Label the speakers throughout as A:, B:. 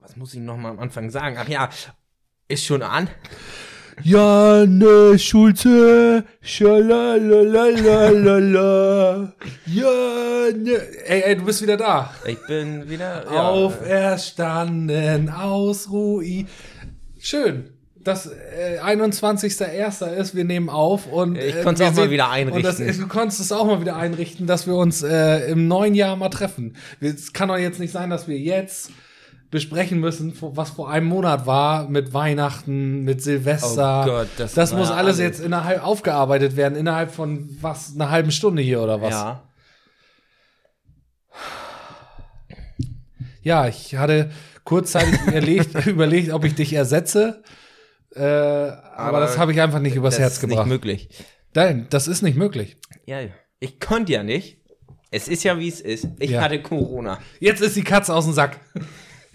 A: Das muss ich nochmal am Anfang sagen. Ach ja, ist schon an.
B: Janne Schulze, schalalalalalala. Janne. Ey, ey, du bist wieder da.
A: Ich bin wieder ja,
B: Auferstanden aus Ruin. Schön. Das äh, 21.01. ist, wir nehmen auf und
A: Ich
B: äh,
A: konnte es
B: wir
A: auch mal
B: sehen-
A: wieder
B: Und das,
A: einrichten.
B: du konntest es auch mal wieder einrichten, dass wir uns äh, im neuen Jahr mal treffen. Wir- Es kann doch jetzt nicht sein, dass wir jetzt besprechen müssen, vor- was vor einem Monat war mit Weihnachten, mit Silvester.
A: Oh Gott, das war
B: muss
A: ja alles.
B: alles jetzt innerhalb aufgearbeitet werden innerhalb von was einer halben Stunde hier oder was?
A: ja.
B: Ja, ich hatte kurzzeitig überlegt, überlegt, ob ich dich ersetze. Äh, aber,
A: Aber
B: das habe ich einfach nicht übers
A: das
B: Herz
A: ist
B: gebracht.
A: nicht möglich.
B: Nein, das ist nicht möglich.
A: Ja, ich konnte ja nicht. Es ist ja, wie es ist. Ich
B: Ja.
A: hatte Corona.
B: Jetzt ist die Katze aus dem Sack.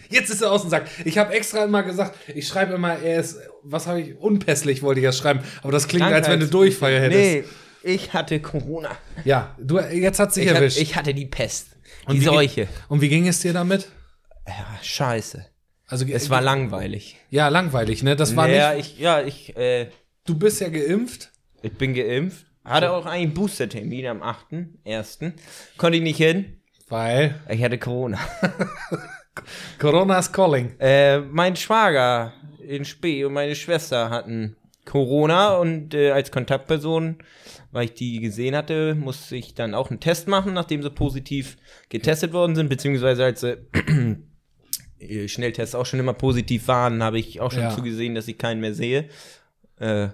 B: Jetzt ist er aus dem Sack. Ich habe extra immer gesagt, ich schreibe immer, er ist, was habe ich, unpässlich wollte ich ja schreiben. Aber das klingt, als wenn du
A: Krankheits-
B: Durchfall hättest.
A: Nee, ich hatte Corona.
B: Ja, du, jetzt hat sich
A: Ich, hatte,
B: erwischt.
A: ich hatte die Pest.
B: Und
A: die
B: wie-
A: Seuche.
B: Und wie ging es dir damit?
A: Ja, scheiße.
B: Also,
A: Es war langweilig.
B: ja langweilig, ne? Das war
A: ja,
B: nicht.
A: ich, ja, ich, äh,
B: Du bist ja geimpft.
A: ich bin geimpft. Hatte auch eigentlich einen Booster-Termin am 8.1. Konnte ich nicht hin.
B: Weil
A: Ich hatte Corona.
B: Corona is calling.
A: Äh, mein Schwager in Spee und meine Schwester hatten Corona und äh, als Kontaktperson, weil ich die gesehen hatte, musste ich dann auch einen Test machen, nachdem sie positiv getestet worden sind, beziehungsweise als sie äh, Schnelltests auch schon immer positiv waren, habe ich auch schon
B: Ja.
A: zugesehen, dass ich keinen mehr sehe. Äh,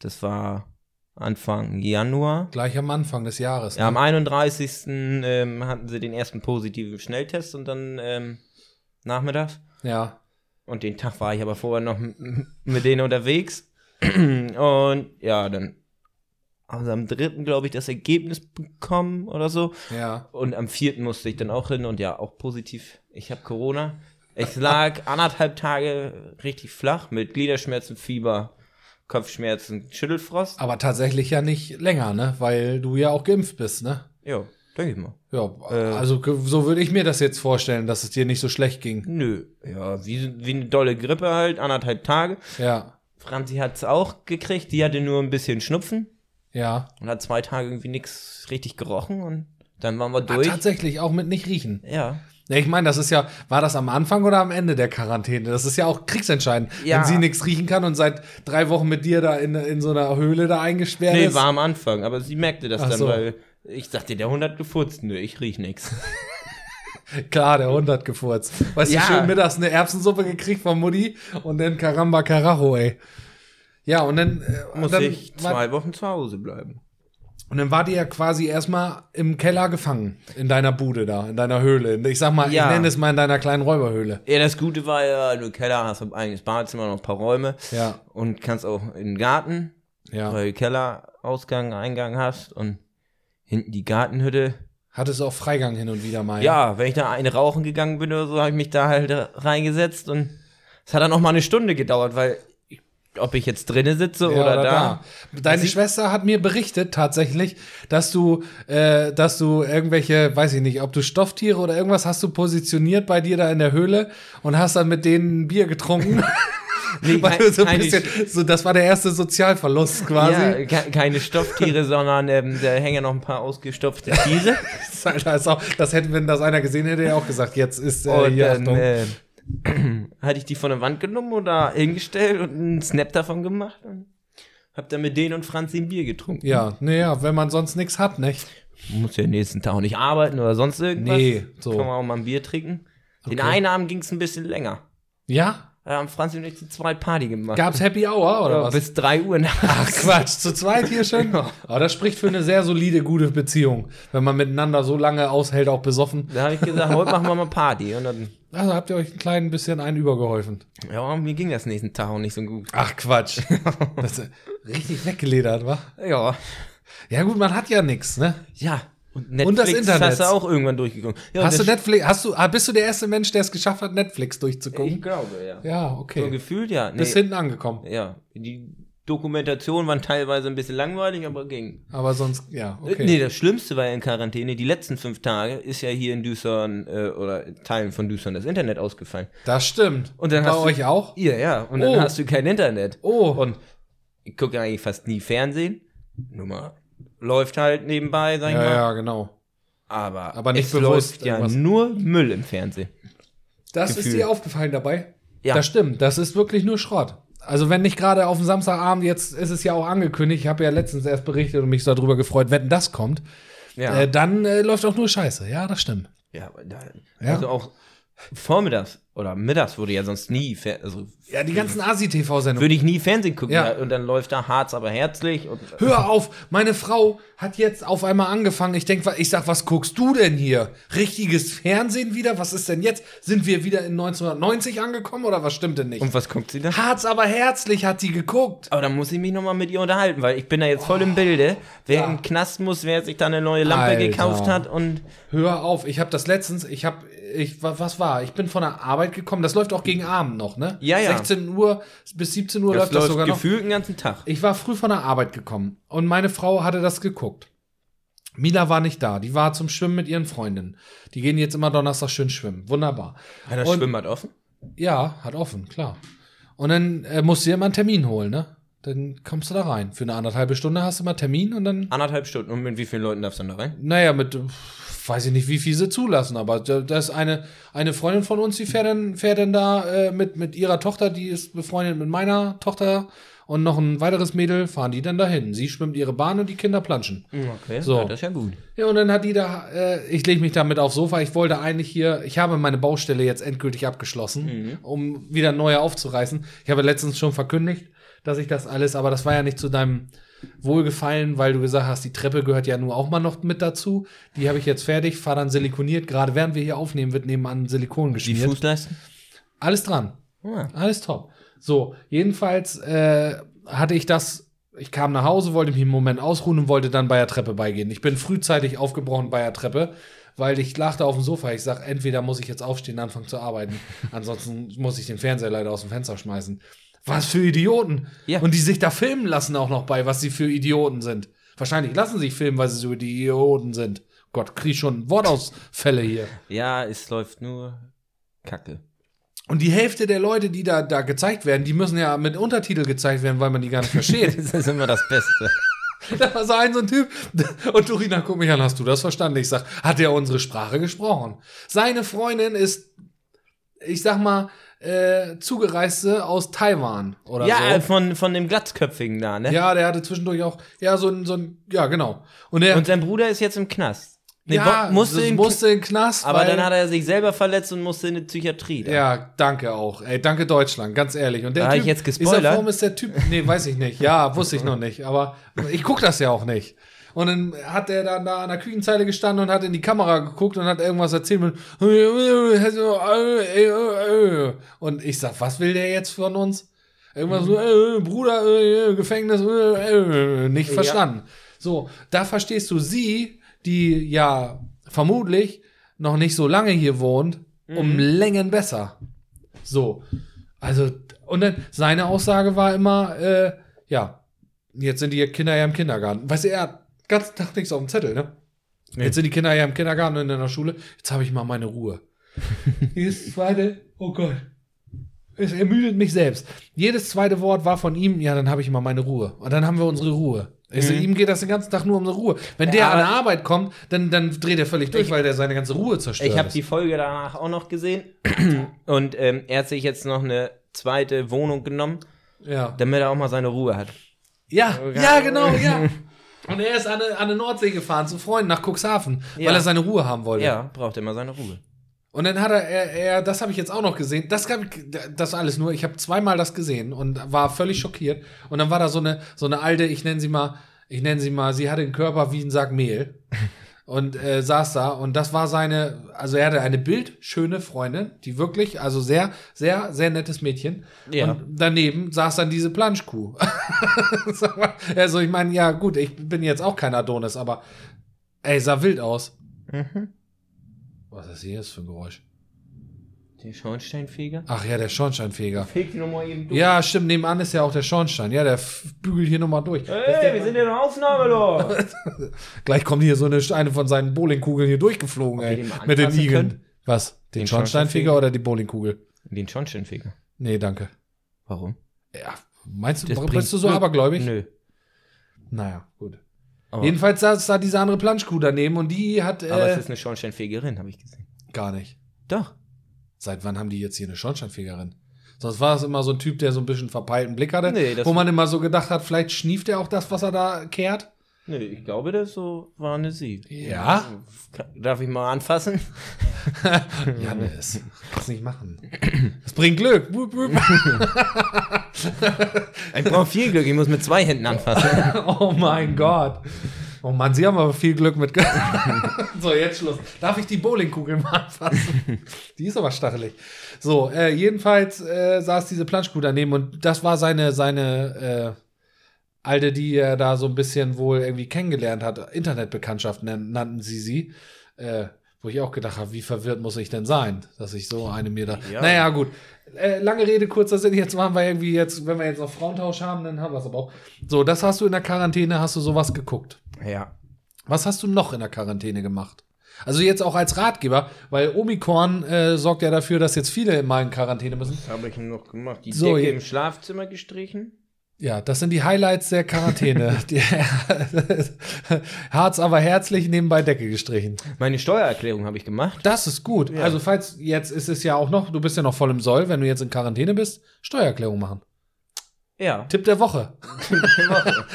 A: das war Anfang Januar.
B: Gleich am Anfang des Jahres.
A: Ja, am
B: ne?
A: 31. Ähm, hatten sie den ersten positiven Schnelltest und dann ähm, nachmittags.
B: ja.
A: Und den Tag war ich aber vorher noch m- m- mit denen unterwegs. Und ja, dann haben sie am dritten, glaube ich, das Ergebnis bekommen oder so.
B: ja.
A: Und am vierten musste ich dann auch hin und ja, auch positiv. Ich habe Corona. Ich lag anderthalb Tage richtig flach mit Gliederschmerzen, Fieber, Kopfschmerzen, Schüttelfrost.
B: Aber tatsächlich ja nicht länger, ne? Weil du ja auch geimpft bist, ne?
A: Ja, denke ich mal.
B: Ja,
A: Äh.
B: also ge- so würde ich mir das jetzt vorstellen, dass es dir nicht so schlecht ging.
A: Nö, ja, wie, wie eine dolle Grippe halt, anderthalb Tage.
B: Ja,
A: Franzi hat's auch gekriegt, die hatte nur ein bisschen Schnupfen.
B: ja.
A: und hat zwei Tage irgendwie nichts richtig gerochen und dann waren wir
B: Ah,
A: durch.
B: tatsächlich auch mit nicht riechen.
A: ja.
B: Ja, ich meine, das ist ja, war das am Anfang oder am Ende der Quarantäne? Das ist ja auch kriegsentscheidend,
A: Ja.
B: wenn sie nichts riechen kann und seit drei Wochen mit dir da in, in so einer Höhle da eingesperrt
A: Nee,
B: ist.
A: war am Anfang, aber sie merkte das
B: Ach
A: dann,
B: so.
A: weil ich sagte, der Hund hat gefurzt. Nö, ich riech nix.
B: Klar, der Hund hat gefurzt. Weißt
A: Ja.
B: du, schön mittags eine Erbsensuppe gekriegt von Mutti und dann Karamba Karacho, ey. Ja, und dann, äh,
A: Muss
B: dann
A: ich
B: war,
A: zwei Wochen zu Hause bleiben.
B: und dann war die ja quasi erstmal im Keller gefangen, in deiner Bude da, in deiner Höhle. Ich sag mal,
A: Ja.
B: ich nenne es mal in deiner kleinen Räuberhöhle.
A: Ja, das Gute war ja, du Keller hast ein eigenes Badezimmer, noch ein paar Räume
B: Ja,
A: und kannst auch in den Garten,
B: ja.
A: weil du Kellerausgang, Eingang hast und hinten die Gartenhütte.
B: Hattest du auch Freigang hin und wieder mal.
A: Ja, wenn ich da eine rauchen gegangen bin oder so, habe ich mich da halt äh, reingesetzt und es hat dann noch mal eine Stunde gedauert, weil ich- ob ich jetzt drinnen sitze
B: Ja,
A: oder, da. Also
B: Deine
A: Sie-
B: Schwester hat mir berichtet tatsächlich, dass du, äh, dass du irgendwelche, weiß ich nicht, ob du Stofftiere oder irgendwas hast du positioniert bei dir da in der Höhle und hast dann mit denen ein Bier getrunken.
A: Nee,
B: weil
A: kein-
B: du so ein
A: keine,
B: bisschen, so, das war der erste Sozialverlust quasi.
A: Ja, ke keine Stofftiere, sondern ähm, da hängen ja noch ein paar ausgestopfte Tiere.
B: Das, Alter, ist auch, das hätte, wenn das einer gesehen hätte, hätte er auch gesagt, jetzt ist äh,
A: und
B: hier
A: dann
B: Achtung.
A: äh, hatte ich die von der Wand genommen oder hingestellt und einen Snap davon gemacht und hab dann mit denen und Franzi ein Bier getrunken.
B: Ja, naja, wenn man sonst nichts hat, nicht?
A: Muss ja nächsten Tag auch nicht arbeiten oder sonst irgendwas.
B: Nee, so.
A: Kann man auch mal ein Bier trinken. Den
B: Okay.
A: einen Abend ging es ein bisschen länger.
B: Ja?
A: Da Äh, haben Franz und ich zu zweit Party gemacht.
B: Gab's Happy Hour oder
A: Ja,
B: was?
A: Bis 3 Uhr nachts.
B: Ach Quatsch, zu zweit hier schon. Aber das spricht für eine sehr solide, gute Beziehung, wenn man miteinander so lange aushält, auch besoffen.
A: Da habe ich gesagt, heute machen wir mal Party. Und dann,
B: Also habt ihr euch ein klein bisschen einen übergeholfen.
A: ja, mir ging das nächsten Tag auch nicht so gut.
B: Ach Quatsch. Das ist richtig weggeledert, wa?
A: Ja.
B: Ja gut, man hat ja nichts, ne?
A: Ja. Und Netflix
B: Und das Internet.
A: hast du auch irgendwann durchgekommen. Ja,
B: Hast du
A: und das-
B: Netflix, hast du, ah, bist du der erste Mensch, der es geschafft hat, Netflix durchzugucken?
A: Ich glaube, ja.
B: Ja,
A: So
B: okay.
A: gefühlt, ja. Nee.
B: Bis hinten angekommen.
A: Ja. Die Dokumentationen waren teilweise ein bisschen langweilig, aber ging.
B: Aber sonst, ja,
A: Äh,
B: okay.
A: Nee, das Schlimmste war ja in Quarantäne, die letzten fünf Tage ist ja hier in Düsseldorf äh, oder in Teilen von Düsseldorf das Internet ausgefallen.
B: Das stimmt.
A: Und dann
B: Bei
A: hast du-
B: euch auch?
A: Ja, ja. Und dann
B: Oh.
A: hast du kein Internet.
B: Oh.
A: Und ich gucke eigentlich fast nie Fernsehen. Nur mal läuft halt nebenbei, sag ich
B: ja,
A: mal.
B: ja, genau.
A: Aber,
B: Aber nicht
A: es
B: bewusst
A: läuft ja
B: irgendwas.
A: nur Müll im Fernsehen.
B: Das
A: Gefühl.
B: ist dir aufgefallen dabei?
A: Ja.
B: Das stimmt. Das ist wirklich nur Schrott. Also wenn nicht gerade auf dem Samstagabend, jetzt ist es ja auch angekündigt, ich habe ja letztens erst berichtet und mich so darüber gefreut, wenn das kommt,
A: Ja.
B: äh, dann äh, läuft auch nur Scheiße. Ja, das stimmt.
A: ja, aber da,
B: Ja.
A: Also auch vormittags oder mittags wurde ja sonst nie, Fer- also
B: Ja, die ganzen ASI-TV-Sendungen.
A: würde ich nie Fernsehen gucken.
B: Ja.
A: Und dann läuft da Harz aber herzlich. Und,
B: Hör auf, meine Frau hat jetzt auf einmal angefangen. Ich denke, ich sag, was guckst du denn hier? Richtiges Fernsehen wieder? Was ist denn jetzt? Sind wir wieder in 1990 angekommen oder was stimmt denn nicht?
A: und was guckt sie da?
B: Harz aber herzlich hat die geguckt.
A: Aber dann muss ich mich nochmal mit ihr unterhalten, weil ich bin da jetzt voll im Bilde. Wer
B: Ja.
A: in den Knast muss, wer sich da eine neue Lampe
B: Alter.
A: gekauft hat und
B: Hör auf, ich habe das letztens, ich habe, ich, wa- was war? Ich bin von der Arbeit gekommen, das läuft auch gegen Abend noch, ne?
A: Ja, ja.
B: 16 Uhr bis 17 Uhr
A: das
B: läuft, das
A: läuft
B: sogar noch.
A: gefühlt den ganzen Tag.
B: Ich war früh von der Arbeit gekommen und meine Frau hatte das geguckt. Mila war nicht da, die war zum Schwimmen mit ihren Freundinnen. Die gehen jetzt immer Donnerstag schön schwimmen, wunderbar.
A: Hat das
B: Und-
A: Schwimmbad offen?
B: Ja, hat offen, klar. Und dann äh, musst du dir immer einen Termin holen, ne? Dann kommst du da rein. Für eine anderthalbe Stunde hast du mal Termin und dann
A: Anderthalb Stunden. Und mit wie vielen Leuten darfst du dann da rein?
B: Naja, mit, pf, weiß ich nicht, wie viel sie zulassen, aber da da ist eine, eine Freundin von uns, die fährt dann, fährt dann da äh, mit, mit ihrer Tochter, die ist befreundet mit meiner Tochter und noch ein weiteres Mädel, fahren die dann dahin. Sie schwimmt ihre Bahn und die Kinder planschen.
A: Okay,
B: So.
A: ja, das ist ja gut.
B: Ja, und dann hat die da, äh, ich lege mich damit aufs Sofa, ich wollte eigentlich hier, ich habe meine Baustelle jetzt endgültig abgeschlossen, um wieder neue aufzureißen. Ich habe letztens schon verkündigt, dass ich das alles, aber das war ja nicht zu deinem Wohlgefallen, weil du gesagt hast, die Treppe gehört ja nur auch mal noch mit dazu. Die habe ich jetzt fertig, fahr dann silikoniert. Gerade während wir hier aufnehmen, wird nebenan Silikon
A: Die
B: geschmiert.
A: Fußleisten?
B: Alles dran.
A: Ja.
B: Alles top. So, jedenfalls äh, hatte ich das. Ich kam nach Hause, wollte mich einen Moment ausruhen und wollte dann bei der Treppe beigehen. Ich bin frühzeitig aufgebrochen bei der Treppe, weil ich lag da auf dem Sofa. Ich sag, entweder muss ich jetzt aufstehen und anfangen zu arbeiten, ansonsten muss ich den Fernseher leider aus dem Fenster schmeißen. Was für Idioten!
A: Ja.
B: Und die sich da filmen lassen auch noch bei, was sie für Idioten sind. Wahrscheinlich lassen sie sich filmen, weil sie so die Idioten sind. Gott, krieg schon Wortausfälle hier.
A: ja, es läuft nur Kacke.
B: Und die Hälfte der Leute, die da, da gezeigt werden, die müssen ja mit Untertitel gezeigt werden, weil man die gar nicht versteht.
A: Das ist immer das Beste.
B: da war so ein so ein Typ. Und Turina guckt mich an, hast du das verstanden? Ich sag, hat er unsere Sprache gesprochen? Seine Freundin ist, ich sag mal, äh, Zugereiste aus Taiwan oder
A: ja, äh,
B: so.
A: von, von dem Glatzköpfigen da, ne?
B: Ja, der hatte zwischendurch auch, ja, so ein, so ein, ja, genau. Und er
A: Und sein Bruder ist jetzt im Knast. Nee,
B: ja,
A: wo- musste
B: das
A: in
B: musste in den Knast.
A: aber
B: weil-
A: dann hat er sich selber verletzt und musste in die Psychiatrie. da.
B: Ja, danke auch. Ey, danke Deutschland, ganz ehrlich. Und der
A: Da hab
B: typ,
A: ich jetzt
B: ich sag,
A: gespoilert.
B: warum ist der Typ? Nee, weiß ich nicht. Ja, wusste ich noch nicht. Aber ich guck das ja auch nicht. Und dann hat er dann da an der Küchenzeile gestanden und hat in die Kamera geguckt und hat irgendwas erzählt mit und ich sag, was will der jetzt von uns? Irgendwas so, äh, Bruder, äh, äh, Gefängnis, äh, äh, nicht verstanden. So, da verstehst du sie, die ja vermutlich noch nicht so lange hier wohnt, um Längen besser. So, also, und dann seine Aussage war immer, äh, ja, jetzt sind die Kinder ja im Kindergarten. Weißt du, er hat ganz Tag nichts auf dem Zettel, ne?
A: Nee.
B: Jetzt sind die Kinder ja im Kindergarten und in der Schule. Jetzt habe ich mal meine Ruhe. Jedes zweite, oh Gott. Es ermüdet mich selbst. Jedes zweite Wort war von ihm, ja, dann habe ich mal meine Ruhe. Und dann haben wir unsere Ruhe. Also, ihm geht das den ganzen Tag nur um eine Ruhe. Wenn der
A: Mhm. Ja,
B: an
A: aber-
B: der Arbeit kommt, dann, dann dreht er völlig durch, weil der seine ganze Ruhe zerstört.
A: Ich habe
B: ist.
A: die Folge danach auch noch gesehen. Und ähm, er hat sich jetzt noch eine zweite Wohnung genommen,
B: ja.
A: damit er auch mal seine Ruhe hat.
B: Ja,
A: Okay.
B: ja, genau, ja. Und er ist an der an der Nordsee gefahren zu Freunden nach Cuxhaven,
A: Ja.
B: weil er seine Ruhe haben wollte.
A: Ja, braucht immer seine Ruhe.
B: Und dann hat er, er, er das habe ich jetzt auch noch gesehen, das gab das alles nur, ich habe zweimal das gesehen und war völlig schockiert. Und dann war da so eine, so eine alte, ich nenne sie mal, ich nenne sie mal, sie hatte den Körper wie ein Sack Mehl und äh, saß da und das war seine, also er hatte eine bildschöne Freundin, die wirklich, also sehr, sehr, sehr nettes Mädchen.
A: Ja.
B: Und daneben saß dann diese Planschkuh. Sag mal, also ich meine, ja gut, ich bin jetzt auch kein Adonis, aber ey, sah wild aus. Was ist hier jetzt für ein Geräusch?
A: Der Schornsteinfeger?
B: Ach ja, der Schornsteinfeger.
A: Fegt die nochmal eben durch.
B: Ja, stimmt, nebenan ist ja auch der Schornstein. Ja, der f- bügelt hier nochmal durch.
A: Hey, wir sind in der Aufnahme, doch.
B: Gleich kommt hier so eine, eine von seinen Bowlingkugeln hier durchgeflogen,
A: wir den
B: ey.
A: mal
B: Mit den
A: anfassen
B: Igeln.
A: können?
B: Was? Den,
A: Den
B: Schornsteinfeger
A: Schornsteinfeger?
B: oder die Bowlingkugel?
A: Den Schornsteinfeger.
B: Nee, danke.
A: Warum?
B: Ja, meinst du,
A: Das
B: bist du
A: bringt
B: so
A: Glück.
B: abergläubig?
A: Nö.
B: Naja, gut.
A: Aber,
B: Jedenfalls saß da diese andere Planschkuh daneben und die hat äh,
A: aber es ist eine Schornsteinfegerin, habe ich gesehen.
B: gar nicht.
A: Doch.
B: Seit wann haben die jetzt hier eine Schornsteinfegerin? Sonst war es immer so ein Typ, der so ein bisschen verpeilten Blick hatte,
A: Nee, das-
B: wo man immer so gedacht hat, vielleicht schnieft er auch das, was er da kehrt.
A: Nö, ich glaube, das so war eine sie.
B: Ja?
A: Ka- Darf ich mal anfassen?
B: Janis, Mhm. kannst nicht machen. Das bringt Glück. Wup, wup.
A: Ich brauche viel Glück, ich muss mit zwei Händen anfassen.
B: Oh mein Gott. Oh Mann, Sie haben aber viel Glück mit. Ge- so, jetzt Schluss. Darf ich die Bowlingkugel mal anfassen? die ist aber stachelig. So, äh, jedenfalls äh, saß diese Planschkuh daneben und das war seine, seine äh, alte, die er da so ein bisschen wohl irgendwie kennengelernt hat. Internetbekanntschaft nan- nannten sie sie. Äh, wo ich auch gedacht habe, wie verwirrt muss ich denn sein, dass ich so eine mir da.
A: Ja.
B: Naja, gut. Äh, lange Rede, kurzer Sinn. Jetzt machen wir irgendwie jetzt, wenn wir jetzt noch Frauentausch haben, dann haben wir es aber auch. So, das hast du in der Quarantäne, hast du sowas geguckt.
A: Ja.
B: Was hast du noch in der Quarantäne gemacht? Also jetzt auch als Ratgeber, weil Omikron äh, sorgt ja dafür, dass jetzt viele mal in Quarantäne müssen.
A: Was habe ich denn noch gemacht? Die
B: So,
A: Decke
B: je-
A: im Schlafzimmer gestrichen?
B: Ja, das sind die Highlights der Quarantäne. Die- Harz aber herzlich nebenbei Decke gestrichen.
A: Meine Steuererklärung habe ich gemacht.
B: Das ist gut. Also falls jetzt ist es ja auch noch, du bist ja noch voll im Soll, wenn du jetzt in Quarantäne bist, Steuererklärung machen.
A: Ja.
B: Tipp der Woche.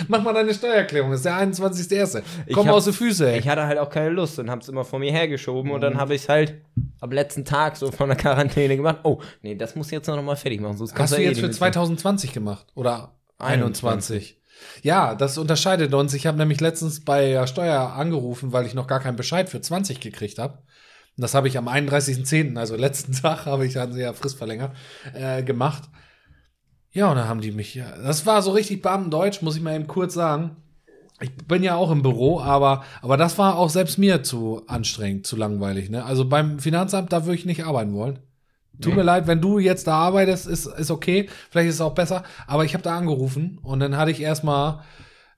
B: Mach mal deine Steuererklärung, das ist der 21.1.
A: Ich
B: Komm
A: hab-
B: aus den Füßen, ey.
A: Ich hatte halt auch keine Lust und habe es immer vor mir hergeschoben und
B: Mhm.
A: dann habe ich es halt am letzten Tag so von der Quarantäne gemacht. Oh, nee, das muss ich jetzt noch mal fertig machen. Sonst kannst
B: Hast
A: ja
B: du
A: eh
B: jetzt
A: nicht
B: für
A: mit-
B: 2020 gemacht oder
A: 21?
B: 21? Ja, das unterscheidet uns. Ich habe nämlich letztens bei der Steuer angerufen, weil ich noch gar keinen Bescheid für 20 gekriegt habe. Und Das habe ich am 31.10., also letzten Tag, habe ich, haben sie ja Frist verlängert, äh, gemacht. Ja, und dann haben die mich, ja, das war so richtig Beamtendeutsch, muss ich mal eben kurz sagen. Ich bin ja auch im Büro, aber, aber das war auch selbst mir zu anstrengend, zu langweilig. Ne? Also beim Finanzamt, da würde ich nicht arbeiten wollen. Tut mir leid, wenn du jetzt da arbeitest, ist, ist okay. Vielleicht ist es auch besser. Aber ich habe da angerufen und dann hatte ich erstmal,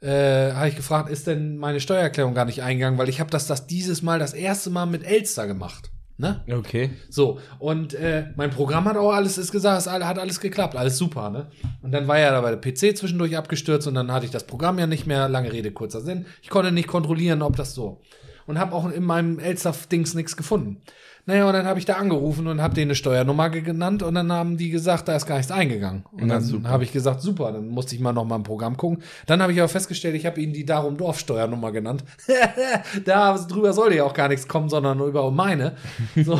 B: äh, habe ich gefragt, ist denn meine Steuererklärung gar nicht eingegangen? Weil ich habe das, das dieses Mal das erste Mal mit Elster gemacht. Ne?
A: Okay.
B: So, und äh, mein Programm hat auch alles, ist gesagt, es hat alles geklappt, alles super, ne? Und dann war ja dabei der PC zwischendurch abgestürzt und dann hatte ich das Programm ja nicht mehr, lange Rede, kurzer Sinn. Ich konnte nicht kontrollieren, ob das so. Und habe auch in meinem Elster-Dings nichts gefunden. Naja, und dann habe ich da angerufen und habe denen eine Steuernummer ge- genannt und dann haben die gesagt, da ist gar nichts eingegangen. Und
A: Na,
B: dann
A: super.
B: habe ich gesagt, super, dann musste ich mal noch mal im Programm gucken. Dann habe ich aber festgestellt, ich habe ihnen die darum Dorf-Steuernummer genannt. da drüber sollte ja auch gar nichts kommen, sondern nur über meine. So.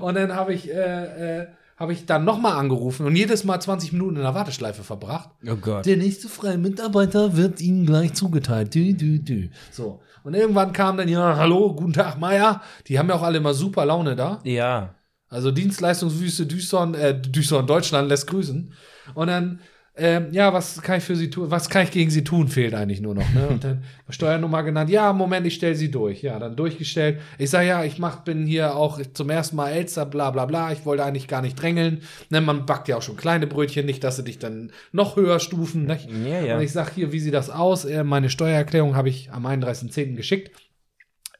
B: Und dann habe ich, äh, äh, habe ich dann nochmal angerufen und jedes Mal 20 Minuten in der Warteschleife verbracht.
A: Oh Gott.
B: Der nächste freie Mitarbeiter wird Ihnen gleich zugeteilt. Dü, dü, dü. So. Und irgendwann kam dann, ja, hallo, guten Tag, Meier. Die haben ja auch alle immer super Laune da.
A: Ja.
B: Also Dienstleistungswüste Düsson, äh, Düsson Deutschland lässt grüßen. Und dann, ähm, ja, was kann ich für sie tun? Was kann ich gegen sie tun? Fehlt eigentlich nur noch. Ne? Und dann Steuernummer genannt. Ja, Moment, ich stelle sie durch. Ja, dann durchgestellt. Ich sage, ja, ich mach, bin hier auch zum ersten Mal Elster, bla bla bla. Ich wollte eigentlich gar nicht drängeln. Ne, man backt ja auch schon kleine Brötchen, nicht, dass sie dich dann noch höher stufen. Ne?
A: Ja, ja.
B: Und ich sage hier, wie sieht das aus? Äh, meine Steuererklärung habe ich am 31.10. geschickt.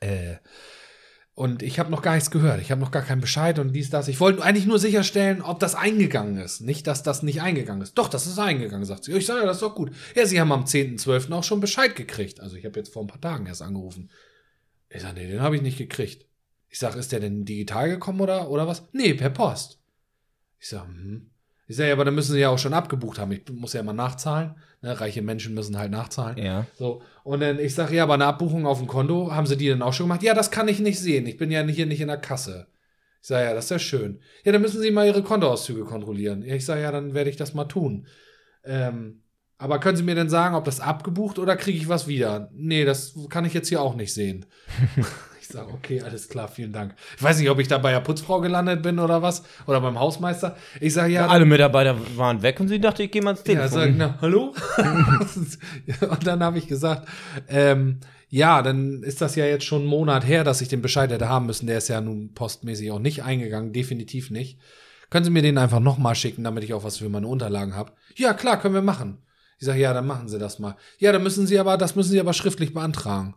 B: Äh, und ich habe noch gar nichts gehört. Ich habe noch gar keinen Bescheid und dies, das. Ich wollte eigentlich nur sicherstellen, ob das eingegangen ist. Nicht, dass das nicht eingegangen ist. Doch, das ist eingegangen, sagt sie. Ich sage, ja, das ist doch gut. Ja, sie haben am 10.12. auch schon Bescheid gekriegt. Also ich habe jetzt vor ein paar Tagen erst angerufen. Ich sage, nee, den habe ich nicht gekriegt. Ich sage, ist der denn digital gekommen oder, oder was? Nee, per Post. Ich sage, hm. Ich sage, ja, aber dann müssen sie ja auch schon abgebucht haben. Ich muss ja immer nachzahlen. Ne? Reiche Menschen müssen halt nachzahlen.
A: Ja.
B: So, und dann ich sage, ja, aber eine Abbuchung auf dem Konto, haben sie die denn auch schon gemacht? Ja, das kann ich nicht sehen. Ich bin ja hier nicht in der Kasse. Ich sage, ja, das ist ja schön. Ja, dann müssen sie mal ihre Kontoauszüge kontrollieren. Ja, ich sage, ja, dann werde ich das mal tun. Ähm, aber können Sie mir denn sagen, ob das abgebucht oder kriege ich was wieder? Nee, das kann ich jetzt hier auch nicht sehen. ich Ich sage, okay, alles klar, vielen Dank. Ich weiß nicht, ob ich da bei der Putzfrau gelandet bin oder was. Oder beim Hausmeister. Ich sage, ja,
A: Alle Mitarbeiter waren weg und sie dachte, ich gehe mal ins
B: Ja,
A: Telefon.
B: sag, na, hallo? und dann habe ich gesagt, ähm, ja, dann ist das ja jetzt schon einen Monat her, dass ich den Bescheid hätte haben müssen. Der ist ja nun postmäßig auch nicht eingegangen, definitiv nicht. Können Sie mir den einfach nochmal schicken, damit ich auch was für meine Unterlagen habe? Ja, klar, können wir machen. Ich sage, ja, dann machen Sie das mal. Ja, dann müssen Sie aber, das müssen Sie aber schriftlich beantragen.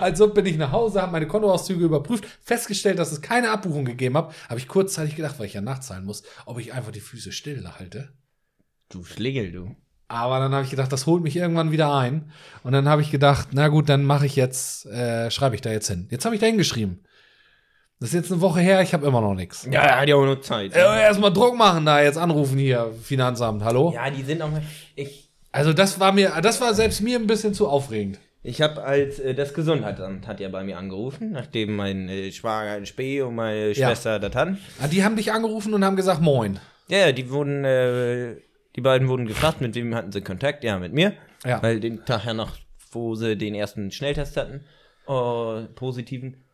B: Also bin ich nach Hause, habe meine Kontoauszüge überprüft, festgestellt, dass es keine Abbuchung gegeben hat. Habe ich kurzzeitig gedacht, weil ich ja nachzahlen muss, ob ich einfach die Füße stillhalte.
A: Du Schlingel, du.
B: Aber dann habe ich gedacht, das holt mich irgendwann wieder ein. Und dann habe ich gedacht, na gut, dann mache ich jetzt, äh, schreibe ich da jetzt hin. Jetzt habe ich da hingeschrieben. Das ist jetzt eine Woche her, ich habe immer noch nichts.
A: Ja, er hat ja auch nur Zeit.
B: Äh, Erstmal Druck machen da, jetzt anrufen hier, Finanzamt, hallo?
A: Ja, die sind auch. Ich,
B: Also das war mir, das war selbst mir ein bisschen zu aufregend.
A: ich habe als äh, das Gesundheitsamt hat ja bei mir angerufen, nachdem mein äh, Schwager in Spee und meine Schwester das hatten.
B: Ah, Die haben dich angerufen und haben gesagt, moin.
A: Ja, ja, die wurden, äh, die beiden wurden gefragt, mit wem hatten sie Kontakt? Ja, mit mir.
B: Ja.
A: Weil den Tag ja noch, wo sie den ersten Schnelltest hatten, oh, positiven.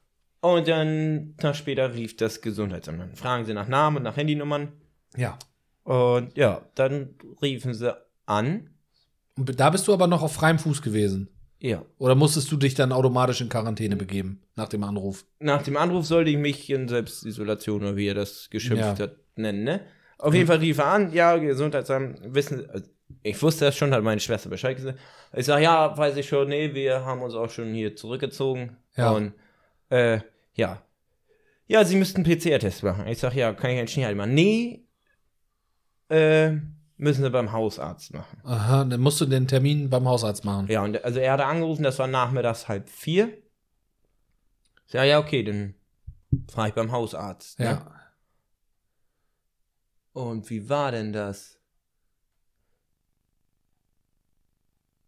A: Und dann, einen Tag später, rief das Gesundheitsamt an. Fragen sie nach Namen und nach Handynummern.
B: Ja.
A: Und ja, dann riefen sie an.
B: Und da bist du aber noch auf freiem Fuß gewesen.
A: Ja.
B: Oder musstest du dich dann automatisch in Quarantäne begeben nach dem Anruf?
A: Nach dem Anruf sollte ich mich in Selbstisolation oder wie er das geschimpft
B: Ja. Mhm.
A: hat, nennen, ne? Auf jeden Fall rief er an, ja, Gesundheitsamt, wissen, also ich wusste das schon, hat meine Schwester Bescheid gesagt. Ich sag, ja, weiß ich schon, nee, wir haben uns auch schon hier zurückgezogen.
B: Ja.
A: Und, äh, ja. Ja, sie müssten einen PCR-Test machen. Ich sag, ja, kann ich jetzt schnell machen. Nee, äh, müssen sie beim Hausarzt machen.
B: Aha, dann musst du den Termin beim Hausarzt machen.
A: Ja, und also er hatte angerufen, das war nachmittags halb vier. Ich sag, ja, okay, dann fahr ich beim Hausarzt. Ne?
B: Ja.
A: Und wie war denn das?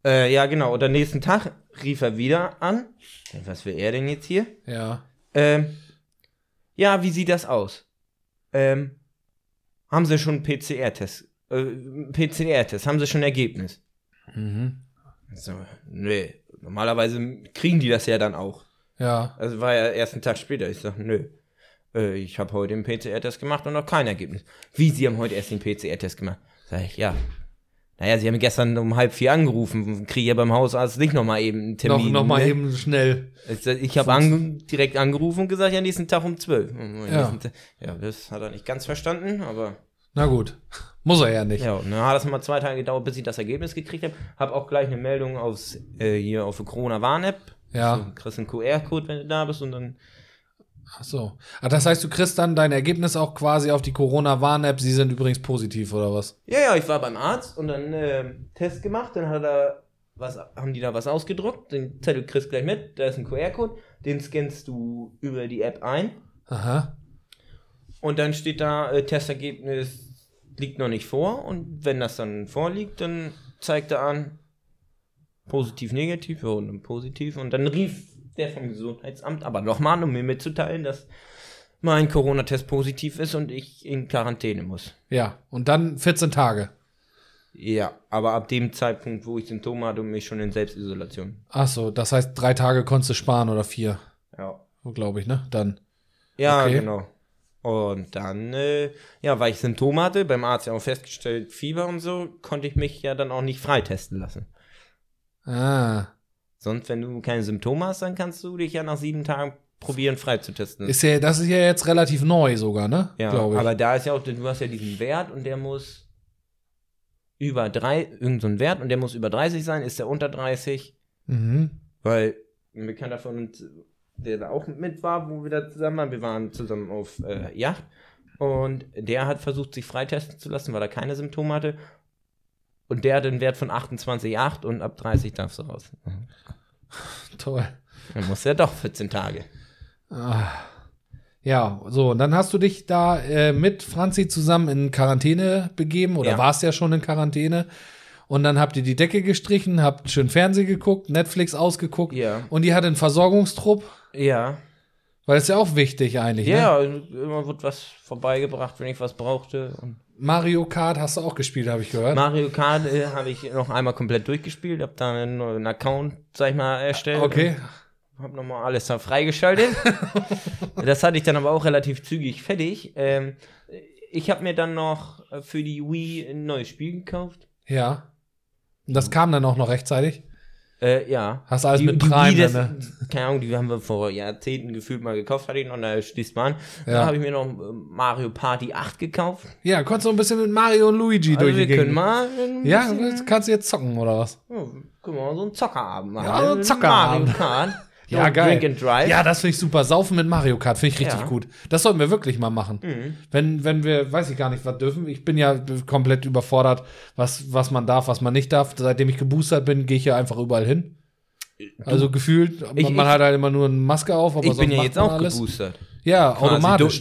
A: Äh, ja, genau. Und am nächsten Tag rief er wieder an. Denn Was will er denn jetzt hier?
B: Ja.
A: Ähm, ja, wie sieht das aus? Ähm, haben Sie schon einen PCR-Test? Äh, PCR-Test, haben Sie schon ein Ergebnis?
B: Mhm.
A: So, nee. Normalerweise kriegen die das ja dann auch.
B: Ja.
A: Also war ja erst einen Tag später. Ich sag, nö. Äh, Ich habe heute den PCR-Test gemacht und noch kein Ergebnis. Wie, Sie haben heute erst den PCR-Test gemacht? Sag ich, ja. Naja, Sie haben gestern um halb vier angerufen. Kriege ich ja beim Hausarzt nicht nochmal eben einen Termin.
B: noch, noch mal
A: ne?
B: eben schnell.
A: Ich, sag, ich habe an, direkt angerufen und gesagt, ja, nächsten Tag um zwölf.
B: Ja.
A: Ja. ja, das hat er nicht ganz verstanden, aber
B: Na gut. Muss er ja nicht.
A: ja, und dann hat es nochmal zwei Tage gedauert, bis ich das Ergebnis gekriegt habe. Habe auch gleich eine Meldung aufs, äh, hier auf die Corona-Warn-App.
B: Ja.
A: Du kriegst einen QR-Code, wenn du da bist und dann
B: Ach so. Ah, das heißt, du kriegst dann dein Ergebnis auch quasi auf die Corona-Warn-App. Sie sind übrigens positiv oder was?
A: Ja, ja, ich war beim Arzt und dann ähm, Test gemacht, dann hat er was, haben die da was ausgedruckt, den Zettel kriegst du gleich mit, da ist ein QR-Code, den scannst du über die App ein
B: Aha.
A: und dann steht da, äh, Testergebnis liegt noch nicht vor und wenn das dann vorliegt, dann zeigt er an, positiv, negativ ja, und dann positiv und dann rief der vom Gesundheitsamt aber nochmal an, um mir mitzuteilen, dass mein Corona-Test positiv ist und ich in Quarantäne muss.
B: Ja. Und dann 14 Tage.
A: Ja, aber ab dem Zeitpunkt, wo ich Symptome hatte, mich schon in Selbstisolation.
B: Ach so. Das heißt, drei Tage konntest du sparen oder vier.
A: Ja.
B: Glaube ich, ne? Dann.
A: Ja,
B: Okay.
A: genau. Und dann, äh, ja, weil ich Symptome hatte, beim Arzt ja auch festgestellt, Fieber und so, konnte ich mich ja dann auch nicht freitesten lassen.
B: Ah.
A: Sonst, wenn du keine Symptome hast, dann kannst du dich ja nach sieben Tagen probieren, freizutesten.
B: Ist ja, das ist ja jetzt relativ neu sogar, ne?
A: ja,
B: Glaube ich.
A: aber da ist ja auch, du hast ja diesen Wert und der muss über drei, irgendeinen so einen Wert und der muss über 30 sein, ist der unter 30,
B: mhm.
A: Weil ein Bekannter von uns, der da auch mit war, wo wir da zusammen waren, wir waren zusammen auf äh, Yacht und der hat versucht, sich freitesten zu lassen, weil er keine Symptome hatte. Und der hat einen Wert von 28,8 und ab 30 darfst du raus.
B: Toll.
A: Dann muss er doch 14 Tage.
B: Ah. Ja, so, und dann hast du dich da äh, mit Franzi zusammen in Quarantäne begeben oder
A: Ja.
B: warst ja schon in Quarantäne. Und dann habt ihr die Decke gestrichen, habt schön Fernsehen geguckt, Netflix ausgeguckt.
A: Ja.
B: Und die hat einen Versorgungstrupp,
A: Ja.
B: weil das ist ja auch wichtig eigentlich. Ne?
A: Ja, immer wird was vorbeigebracht, wenn ich was brauchte. Und
B: Mario Kart hast du auch gespielt, habe ich gehört.
A: Mario Kart äh, habe ich noch einmal komplett durchgespielt, habe da einen neuen Account, sag ich mal, erstellt.
B: okay.
A: habe nochmal alles da freigeschaltet. das hatte ich dann aber auch relativ zügig fertig. Ähm, ich habe mir dann noch äh, für die Wii ein neues Spiel gekauft.
B: Ja. Und das kam dann auch noch rechtzeitig.
A: Äh, ja.
B: Hast alles
A: Die-
B: mit
A: die- die
B: Prime,
A: das-
B: ne?
A: Keine Ahnung, die haben wir vor Jahrzehnten gefühlt mal gekauft, hatte ich noch, und da schließt man an.
B: Ja.
A: Dann habe ich mir noch äh, Mario Party 8 gekauft.
B: Ja, konntest du ein bisschen mit Mario und Luigi
A: Also
B: durch die
A: wir
B: Gegend.
A: können mal ein
B: ja,
A: bisschen,
B: das kannst du jetzt zocken oder was?
A: ja, können wir mal so einen Zockerabend machen.
B: Ja, so einen
A: Äh,
B: Zockerabend.
A: Mario Kart.
B: Ja,
A: So
B: geil.
A: Drink and Drive.
B: Ja, das finde ich super. Saufen mit Mario Kart finde ich richtig
A: Ja. Mhm.
B: gut. Das sollten wir wirklich mal machen. Wenn, wenn wir, weiß ich gar nicht, was dürfen. Ich bin ja komplett überfordert, was, was man darf, was man nicht darf. Seitdem ich geboostert bin, gehe ich ja einfach überall hin. Also gefühlt, man,
A: ich-
B: man hat halt immer nur eine Maske auf, aber
A: ich bin
B: sonst
A: ja
B: macht
A: jetzt
B: man
A: auch geboostert.
B: Ja, Also automatisch.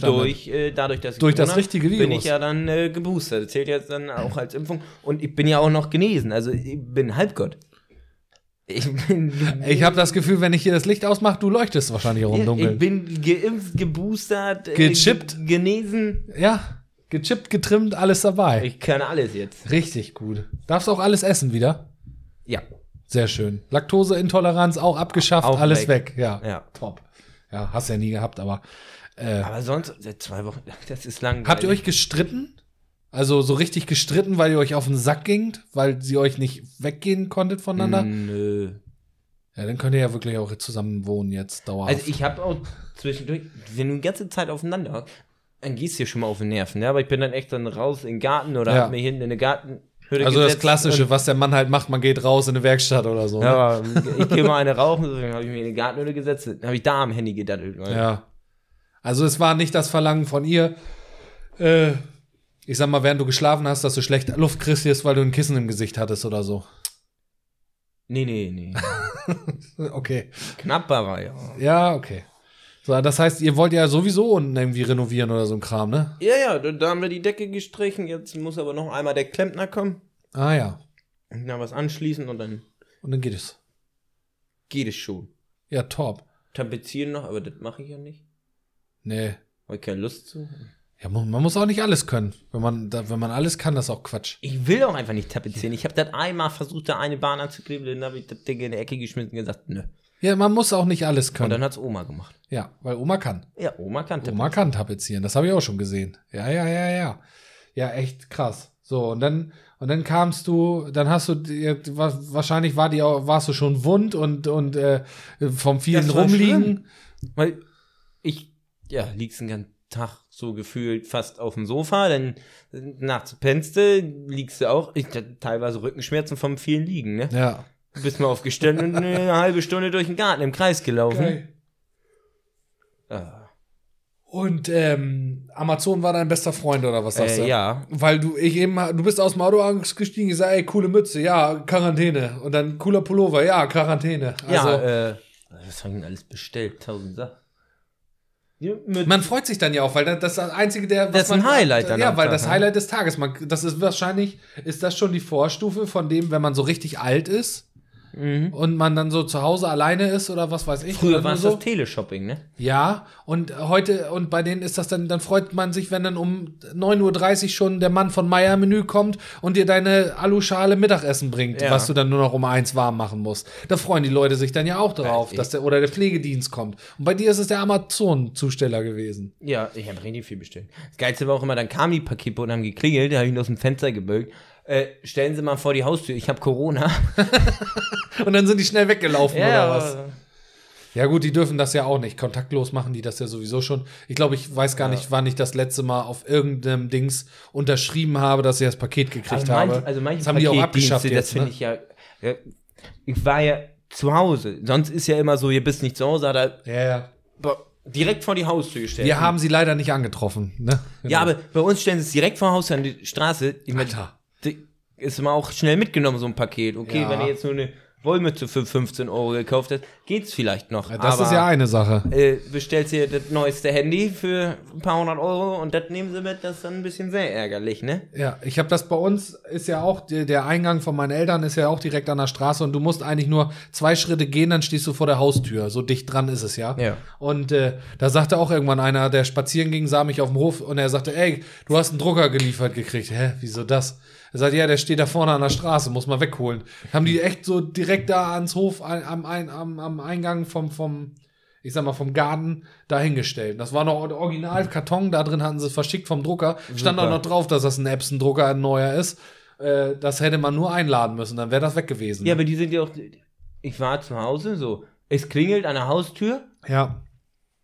A: Quasi
B: damit.
A: du- durch, äh, dadurch, dass ich
B: Durch das
A: Corona
B: richtige
A: bin
B: Virus.
A: ich ja dann äh, geboostert. Das zählt jetzt dann auch als Impfung. Und ich bin ja auch noch genesen. Also ich bin Halbgott. Ich bin
B: Ich habe das Gefühl, wenn ich hier das Licht ausmache, du leuchtest wahrscheinlich auch im Dunkeln.
A: Ich bin geimpft, geboostert, äh,
B: Gechippt.
A: ge- genesen.
B: ja, gechippt, getrimmt, alles dabei.
A: Ich kann alles jetzt.
B: Richtig gut. Darfst auch alles essen wieder?
A: Ja.
B: Sehr schön. Laktoseintoleranz auch abgeschafft,
A: Auch
B: alles weg.
A: weg.
B: Ja.
A: Ja.
B: Top. Ja, hast ja nie gehabt, aber. Äh,
A: Aber sonst, seit zwei Wochen, das ist lang.
B: habt ihr euch gestritten? Also so richtig gestritten, weil ihr euch auf den Sack gingt, weil sie euch nicht weggehen konntet voneinander?
A: Mhm. Nö.
B: Ja, dann könnt ihr ja wirklich auch zusammen wohnen jetzt dauerhaft.
A: Also ich habe auch zwischendurch, wenn du die ganze Zeit aufeinander hockst, dann gehst du dir schon mal auf den Nerven, ne? Aber ich bin dann echt dann raus in den Garten oder
B: Ja.
A: hab mir hinten in eine Gartenhütte
B: also das
A: gesetzt
B: Klassische, was der Mann halt macht, man geht raus in eine Werkstatt oder so.
A: Und,
B: ne?
A: ja, ich gehe mal eine rauchen, deswegen habe ich mir in eine Gartenhütte gesetzt, dann habe ich da am Handy gedattelt. weil-
B: Ja. Also es war nicht das Verlangen von ihr, äh, ich sag mal, während du geschlafen hast, dass du schlecht Luft kriegst, jetzt, weil du ein Kissen im Gesicht hattest oder so.
A: Nee, nee, nee.
B: Okay.
A: Knapp war ja.
B: Ja, okay. So, das heißt, ihr wollt ja sowieso unten irgendwie renovieren oder so ein Kram, ne?
A: Ja, ja, da, da haben wir die Decke gestrichen, jetzt muss aber noch einmal der Klempner kommen
B: Ah ja.
A: und da was anschließen und dann
B: Und dann geht es.
A: geht es schon.
B: Ja, top.
A: Tapezieren noch, aber das mache ich ja nicht.
B: Nee.
A: Habe ich keine Lust zu.
B: Ja, mu- man muss auch nicht alles können. Wenn man, da, wenn man alles kann, das ist auch Quatsch.
A: Ich will auch einfach nicht tapezieren. Ich habe das einmal versucht, da eine Bahn anzukleben, dann habe ich das Ding in die Ecke geschmissen und gesagt, nö.
B: Ja, man muss auch nicht alles
A: Und
B: können.
A: dann hat's Oma gemacht.
B: Ja, weil Oma kann.
A: Ja, Oma kann tapezieren.
B: Oma kann tapezieren, das habe ich auch schon gesehen. Ja, ja, ja, ja. Ja, echt krass. So, und dann, und dann kamst du, dann hast du, dir- wa- wahrscheinlich war die, auch- warst du schon wund und, und äh, vom vielen
A: Das war
B: Rumliegen.
A: Weil ich, ja, liegst den ganzen Tag so gefühlt fast auf dem Sofa, dann nachts pennst du, liegst du auch. Ich hatte teilweise Rückenschmerzen vom vielen Liegen, ne?
B: Ja.
A: Bist mal aufgestanden und eine halbe Stunde durch den Garten im Kreis gelaufen.
B: Geil.
A: Ah,
B: Und ähm, Amazon war dein bester Freund oder was sagst
A: äh,
B: du?
A: ja.
B: Weil du, ich eben, du bist aus dem Auto ausgestiegen, ich sag, ey, coole Mütze, ja, Quarantäne. Und dann cooler Pullover, ja, Quarantäne. Also,
A: ja, äh, was haben wir denn alles bestellt? Tausend Sachen. Ja, mit-
B: Man freut sich dann ja auch, weil das das einzige der
A: Das ist
B: man,
A: ein Highlight dann
B: Ja,
A: am
B: weil
A: Tag,
B: das
A: ne?
B: Highlight des Tages. Man, das ist wahrscheinlich ist das schon die Vorstufe von dem, wenn man so richtig alt ist
A: Mhm.
B: und man dann so zu Hause alleine ist oder was weiß ich.
A: Früher
B: oder
A: war
B: nur
A: es
B: so.
A: das Teleshopping, ne?
B: Ja, und heute und bei denen ist das dann dann freut man sich, wenn dann um 9:30 Uhr schon der Mann von Meier Menü kommt und dir deine Aluschale Mittagessen bringt,
A: Ja.
B: was du dann nur noch um eins warm machen musst. Da freuen die Leute sich dann ja auch drauf,
A: Ja, eh.
B: dass der oder der Pflegedienst kommt. Und bei dir ist es der Amazon Zusteller gewesen.
A: Ja, ich habe richtig viel bestellt. Das Geilste war auch immer, dann kamen die Pakete und haben geklingelt, da habe ich ihn aus dem Fenster gebögt. Äh, stellen Sie mal vor die Haustür, ich habe Corona.
B: Und dann sind die schnell weggelaufen oder was?
A: aber-
B: Ja gut, die dürfen das ja auch nicht. Kontaktlos machen die das ja sowieso schon. Ich glaube, ich weiß gar nicht, wann ich das letzte Mal auf irgendeinem Dings unterschrieben habe, dass ich das Paket gekriegt
A: also manche,
B: habe.
A: also manche
B: das haben die auch
A: Paketdienste,
B: abgeschafft
A: Das
B: jetzt.
A: finde
B: Ne?
A: ich ja, ja. Ich war ja zu Hause. Sonst ist ja immer so, ihr bist nicht zu Hause, hat er
B: Ja, ja.
A: bo- direkt vor die Haustür gestellt.
B: Wir haben sie leider nicht angetroffen. Ne?
A: ja, aber bei uns stellen sie es direkt vor Haustür an die Straße. Ich mein,
B: Alter.
A: die- ist immer auch schnell mitgenommen, so ein Paket. Okay,
B: Ja.
A: wenn ihr jetzt nur eine Wollmütze für 15 Euro gekauft habt, geht's vielleicht noch.
B: Ja, das
A: aber
B: ist ja eine Sache.
A: äh, bestellst dir das neueste Handy für ein paar hundert Euro und das nehmen sie mit, das ist dann ein bisschen sehr ärgerlich, ne?
B: Ja, ich habe das bei uns, ist ja auch, der, der Eingang von meinen Eltern ist ja auch direkt an der Straße und du musst eigentlich nur zwei Schritte gehen, dann stehst du vor der Haustür. So dicht dran ist es ja.
A: Ja.
B: Und äh, da sagte auch irgendwann einer, der spazieren ging, sah mich auf dem Hof und er sagte, ey, du hast einen Drucker geliefert gekriegt. Hä, wieso das? Er sagt, ja, der steht da vorne an der Straße, muss man wegholen. Haben die echt so direkt da ans Hof, an- am, ein- am, am, am Eingang vom, vom, ich sag mal, vom Garten dahingestellt. Das war noch der Originalkarton, da drin hatten sie es verschickt vom Drucker. Stand auch noch drauf, dass das ein Epson-Drucker ein neuer ist. Äh, das hätte man nur einladen müssen, dann wäre das weg gewesen.
A: Ja, aber die sind ja auch. Ich war zu Hause, so. Es klingelt an der Haustür.
B: ja.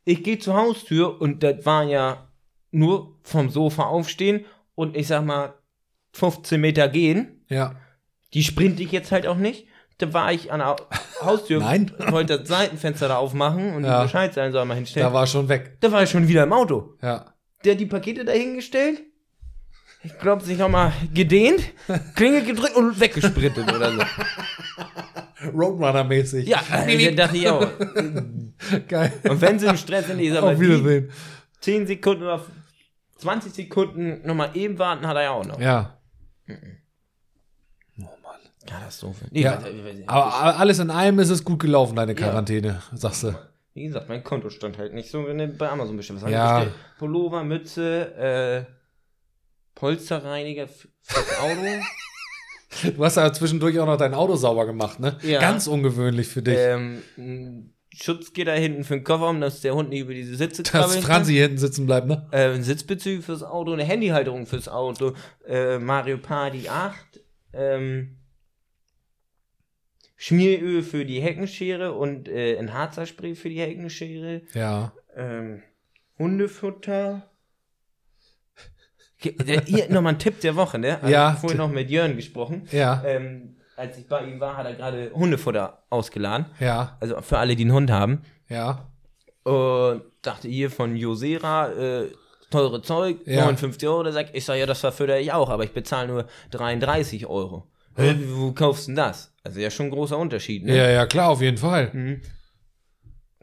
A: Ich gehe zur Haustür und das war ja nur vom Sofa aufstehen und ich sag mal 15 Meter gehen.
B: ja.
A: Die sprinte ich jetzt halt auch nicht. Da war ich an der Au- Haustür,
B: Nein.
A: wollte das Seitenfenster da aufmachen und
B: Ja.
A: Bescheid sein soll mal hinstellen.
B: Da war schon weg.
A: da war ich schon wieder im Auto.
B: Ja.
A: der hat die Pakete dahingestellt. Ich glaube, sich nochmal gedehnt, Klingel gedrückt und weggesprintet oder so.
B: Roadrunner-mäßig.
A: Ja, äh, dachte ich auch.
B: Geil.
A: Und wenn sie im Stress sind, ich sag mal,
B: Auf
A: die
B: Wiedersehen.
A: 10 Sekunden oder 20 Sekunden nochmal eben warten, hat er ja auch noch.
B: Ja.
A: Katastrophe.
B: Ja. Aber a- alles in allem ist es gut gelaufen, deine Quarantäne, sagst du.
A: Wie gesagt, mein Konto stand halt nicht so wenn du bei Amazon bestimmt. Was
B: Ja.
A: ja. Pullover, Mütze, äh, Polsterreiniger f- fürs Auto.
B: Du hast ja zwischendurch auch noch dein Auto sauber gemacht, ne?
A: Ja.
B: Ganz ungewöhnlich für dich.
A: ähm, ein Schutzgitter hinten für den Kofferraum, dass der Hund nicht über diese Sitze
B: dass
A: krabbeln kann.
B: Franzi hinten sitzen bleibt, ne?
A: äh, Sitzbezüge fürs Auto, eine Handyhalterung fürs Auto, äh, Mario Party 8, ähm, Schmieröl für die Heckenschere und äh, ein Harzerspray für die Heckenschere,
B: Ja.
A: ähm, Hundefutter. Ge- äh, Der, hier nochmal ein Tipp der Woche, ne?
B: Ja.
A: Ich vorhin noch mit Jörn gesprochen.
B: Ja.
A: Ähm, als ich bei ihm war, hat er gerade Hundefutter ausgeladen.
B: Ja.
A: Also für alle, die einen Hund haben.
B: Ja.
A: Und dachte hier von Josera, äh, teure Zeug,
B: Ja.
A: 59 Euro. Der sagt, ich sag ja, das verfütter ich auch, aber ich bezahle nur 33 Euro. Hä, wo kaufst du denn das? Also ja, schon ein großer Unterschied, ne?
B: Ja, ja, klar, auf jeden Fall.
A: Mhm.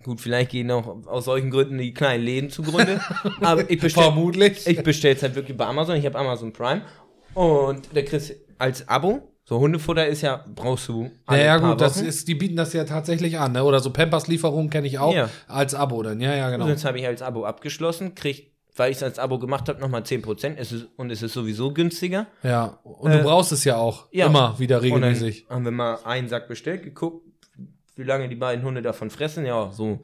A: Gut, vielleicht gehen auch aus solchen Gründen die kleinen Läden zugrunde. aber ich bestell,
B: Vermutlich.
A: ich bestell's halt wirklich bei Amazon. Ich habe Amazon Prime. Und da kriegst du als Abo, so Hundefutter ist ja, brauchst du alle
B: ja, ja,
A: paar
B: gut, das
A: Wochen.
B: ist, die bieten das ja tatsächlich an, ne? Oder so Pampers-Lieferungen kenne ich auch
A: Ja.
B: als Abo dann. Ja, ja, genau.
A: Jetzt habe ich als Abo abgeschlossen, krieg, weil ich es als Abo gemacht habe, nochmal 10%. Es ist, und es ist sowieso günstiger.
B: Ja. Und du brauchst es ja auch
A: Äh, ja.
B: immer wieder
A: Und dann
B: regelmäßig.
A: haben wir mal einen Sack bestellt, geguckt, wie lange die beiden Hunde davon fressen. Ja, so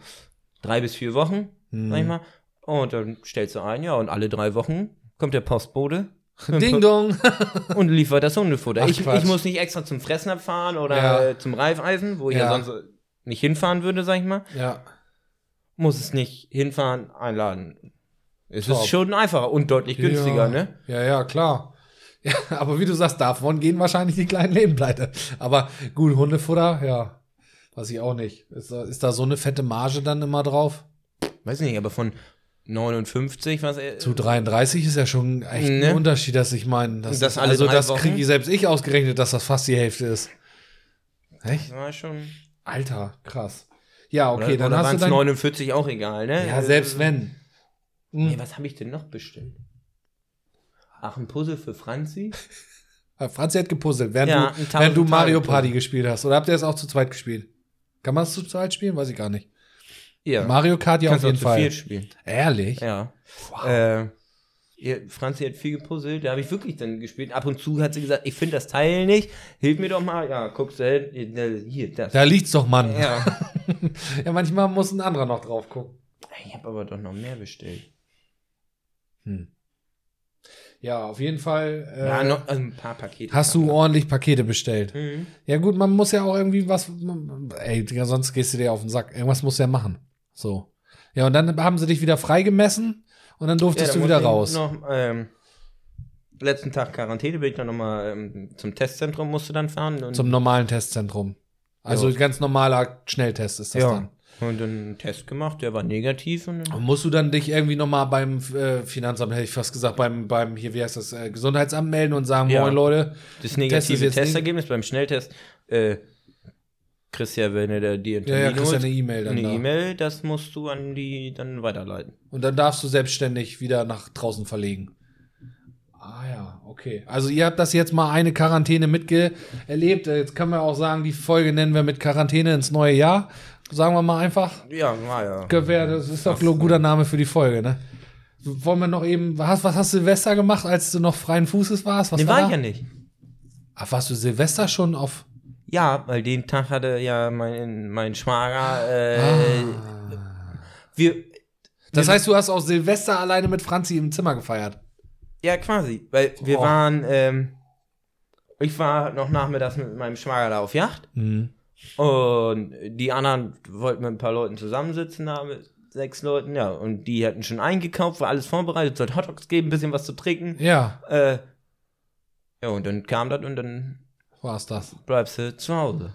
A: drei bis vier Wochen,
B: Hm.
A: sag ich mal. Und dann stellst du ein, ja, und alle drei Wochen kommt der Postbote
B: Ding dong.
A: und liefert das Hundefutter.
B: Ach,
A: ich,
B: Quatsch.
A: ich muss nicht extra zum Fressen abfahren oder
B: Ja.
A: äh, zum Reifeisen, wo ich ja.
B: Ja.
A: sonst nicht hinfahren würde, sag ich mal.
B: ja.
A: Muss es nicht hinfahren, einladen. Es
B: Top.
A: ist schon einfacher und deutlich günstiger,
B: ja.
A: ne?
B: Ja, ja, klar. Ja, aber wie du sagst, davon gehen wahrscheinlich die kleinen Läden pleite. Aber gut, Hundefutter, ja. Weiß ich auch nicht. Ist da, ist da so eine fette Marge dann immer drauf?
A: Weiß nicht, aber von 59, was er.
B: Zu 33 ist ja schon echt
A: Ne?
B: ein Unterschied, dass ich meine, dass,
A: Und das alle
B: also
A: drei
B: das
A: Wochen?
B: kriege ich selbst ich ausgerechnet, dass das fast die Hälfte ist. Echt?
A: Das war schon.
B: Alter, krass. Ja, okay,
A: Okay, oder,
B: dann
A: oder
B: hast du
A: waren es
B: dann
A: 49 auch egal, ne? Äh,
B: Ja, selbst wenn.
A: Ey, was habe ich denn noch bestellt? Ach, ein Puzzle für Franzi?
B: Äh, Franzi hat gepuzzelt, während
A: Ja, ein
B: du,
A: Tausend
B: während du
A: Tage
B: Mario
A: Puzzle.
B: Party gespielt hast. Oder habt ihr es auch zu zweit gespielt? Kann man es zu zweit spielen? Weiß ich gar nicht.
A: Ja.
B: Mario Kart ja auf
A: Kannst
B: jeden
A: auch zu
B: Fall.
A: viert spielen.
B: Ehrlich?
A: Ja. Äh, ihr, Franzi hat viel gepuzzelt, da habe ich wirklich dann gespielt. Ab und zu hat sie gesagt, ich finde das Teil nicht, hilf mir doch mal. Ja, guckst du hin, äh, hier, das.
B: Da liegt's doch, Mann. Ja.
A: Ja.
B: manchmal muss ein anderer noch drauf gucken.
A: Ich habe aber doch noch mehr bestellt.
B: Ja, auf jeden Fall. Äh,
A: ja, noch also ein paar Pakete.
B: Hast du ordentlich Pakete bestellt?
A: Mhm.
B: Ja gut, man muss ja auch irgendwie was. man- Ey, Digga, sonst gehst du dir auf den Sack. Irgendwas musst du ja machen. So. Ja, und dann haben sie dich wieder freigemessen und dann
A: Ja,
B: durftest du
A: dann
B: wieder
A: muss
B: raus.
A: ich Noch, ähm, letzten Tag Quarantäne bin ich dann nochmal ähm, zum Testzentrum musste dann fahren. Und,
B: Zum normalen Testzentrum. Also ganz normaler Schnelltest ist das
A: ja.
B: dann. Oh.
A: Und dann einen Test gemacht, der war negativ. Und dann,
B: Und musst du dann dich irgendwie nochmal beim äh, Finanzamt, hätte ich fast gesagt, beim, beim hier, wie heißt das, äh, Gesundheitsamt melden und sagen,
A: Ja.
B: moin
A: das
B: Leute. Test ist
A: negative
B: jetzt
A: Testergebnis beim Schnelltest, äh, Christian, wenn er da dir einen
B: Ja, ja,
A: Termin
B: kriegst ja
A: holt,
B: eine E-Mail dann
A: eine
B: da.
A: E-Mail, das musst du an die dann weiterleiten.
B: Und dann darfst du selbstständig wieder nach draußen verlegen. Ah ja, okay. Also ihr habt das jetzt mal eine Quarantäne mitgeerlebt. Äh, Jetzt können wir auch sagen, die Folge nennen wir mit Quarantäne ins neue Jahr. Sagen wir mal einfach.
A: Ja, war ja.
B: Gewehr, das ist doch ein guter Name für die Folge, ne? Wollen wir noch eben, was, was hast du Silvester gemacht, als du noch freien Fußes warst? Was
A: Nee, war ich
B: da?
A: ja nicht.
B: Ach, warst du Silvester schon auf,
A: Ja, weil den Tag hatte ja mein, mein Schwager. Äh,
B: Ah.
A: Wir,
B: Das heißt, du hast auch Silvester alleine mit Franzi im Zimmer gefeiert.
A: ja, quasi. Weil wir
B: Oh.
A: waren, ähm, ich war noch nachmittags mit meinem Schwager da auf Yacht. Und die anderen wollten mit ein paar Leuten zusammensitzen, da mit sechs Leuten, ja. Und die hatten schon eingekauft, war alles vorbereitet, sollte Hotdogs geben, ein bisschen was zu trinken.
B: Ja,
A: Äh, ja, und dann kam das und dann
B: war's das.
A: bleibst du zu Hause.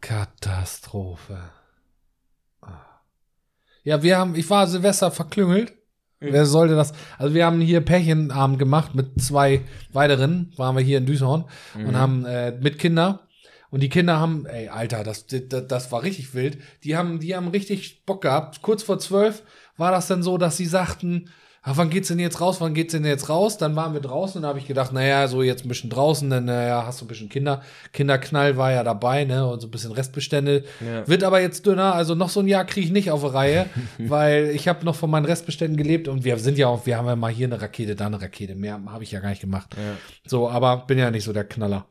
B: Katastrophe. Ah. Ja, wir haben, ich war Silvester verklüngelt. Wer sollte das? Also wir haben hier Pärchenabend gemacht mit zwei weiteren, waren wir hier in Düsseldorf und haben äh, mit Kinder. Und die Kinder haben, ey, Alter, das, das, das war richtig wild. Die haben, die haben richtig Bock gehabt. Kurz vor zwölf war das dann so, dass sie sagten, ah, wann geht's denn jetzt raus, wann geht's denn jetzt raus? Dann waren wir draußen und da habe ich gedacht, naja, so jetzt ein bisschen draußen, dann naja, hast du ein bisschen Kinder. Kinderknall war ja dabei, ne? Und so ein bisschen Restbestände.
A: Ja.
B: Wird aber jetzt dünner, also noch so ein Jahr kriege ich nicht auf die Reihe, weil ich habe noch von meinen Restbeständen gelebt und wir sind ja auch, wir haben ja mal hier eine Rakete, da eine Rakete. Mehr habe ich ja gar nicht gemacht.
A: Ja.
B: So, aber bin ja nicht so der Knaller.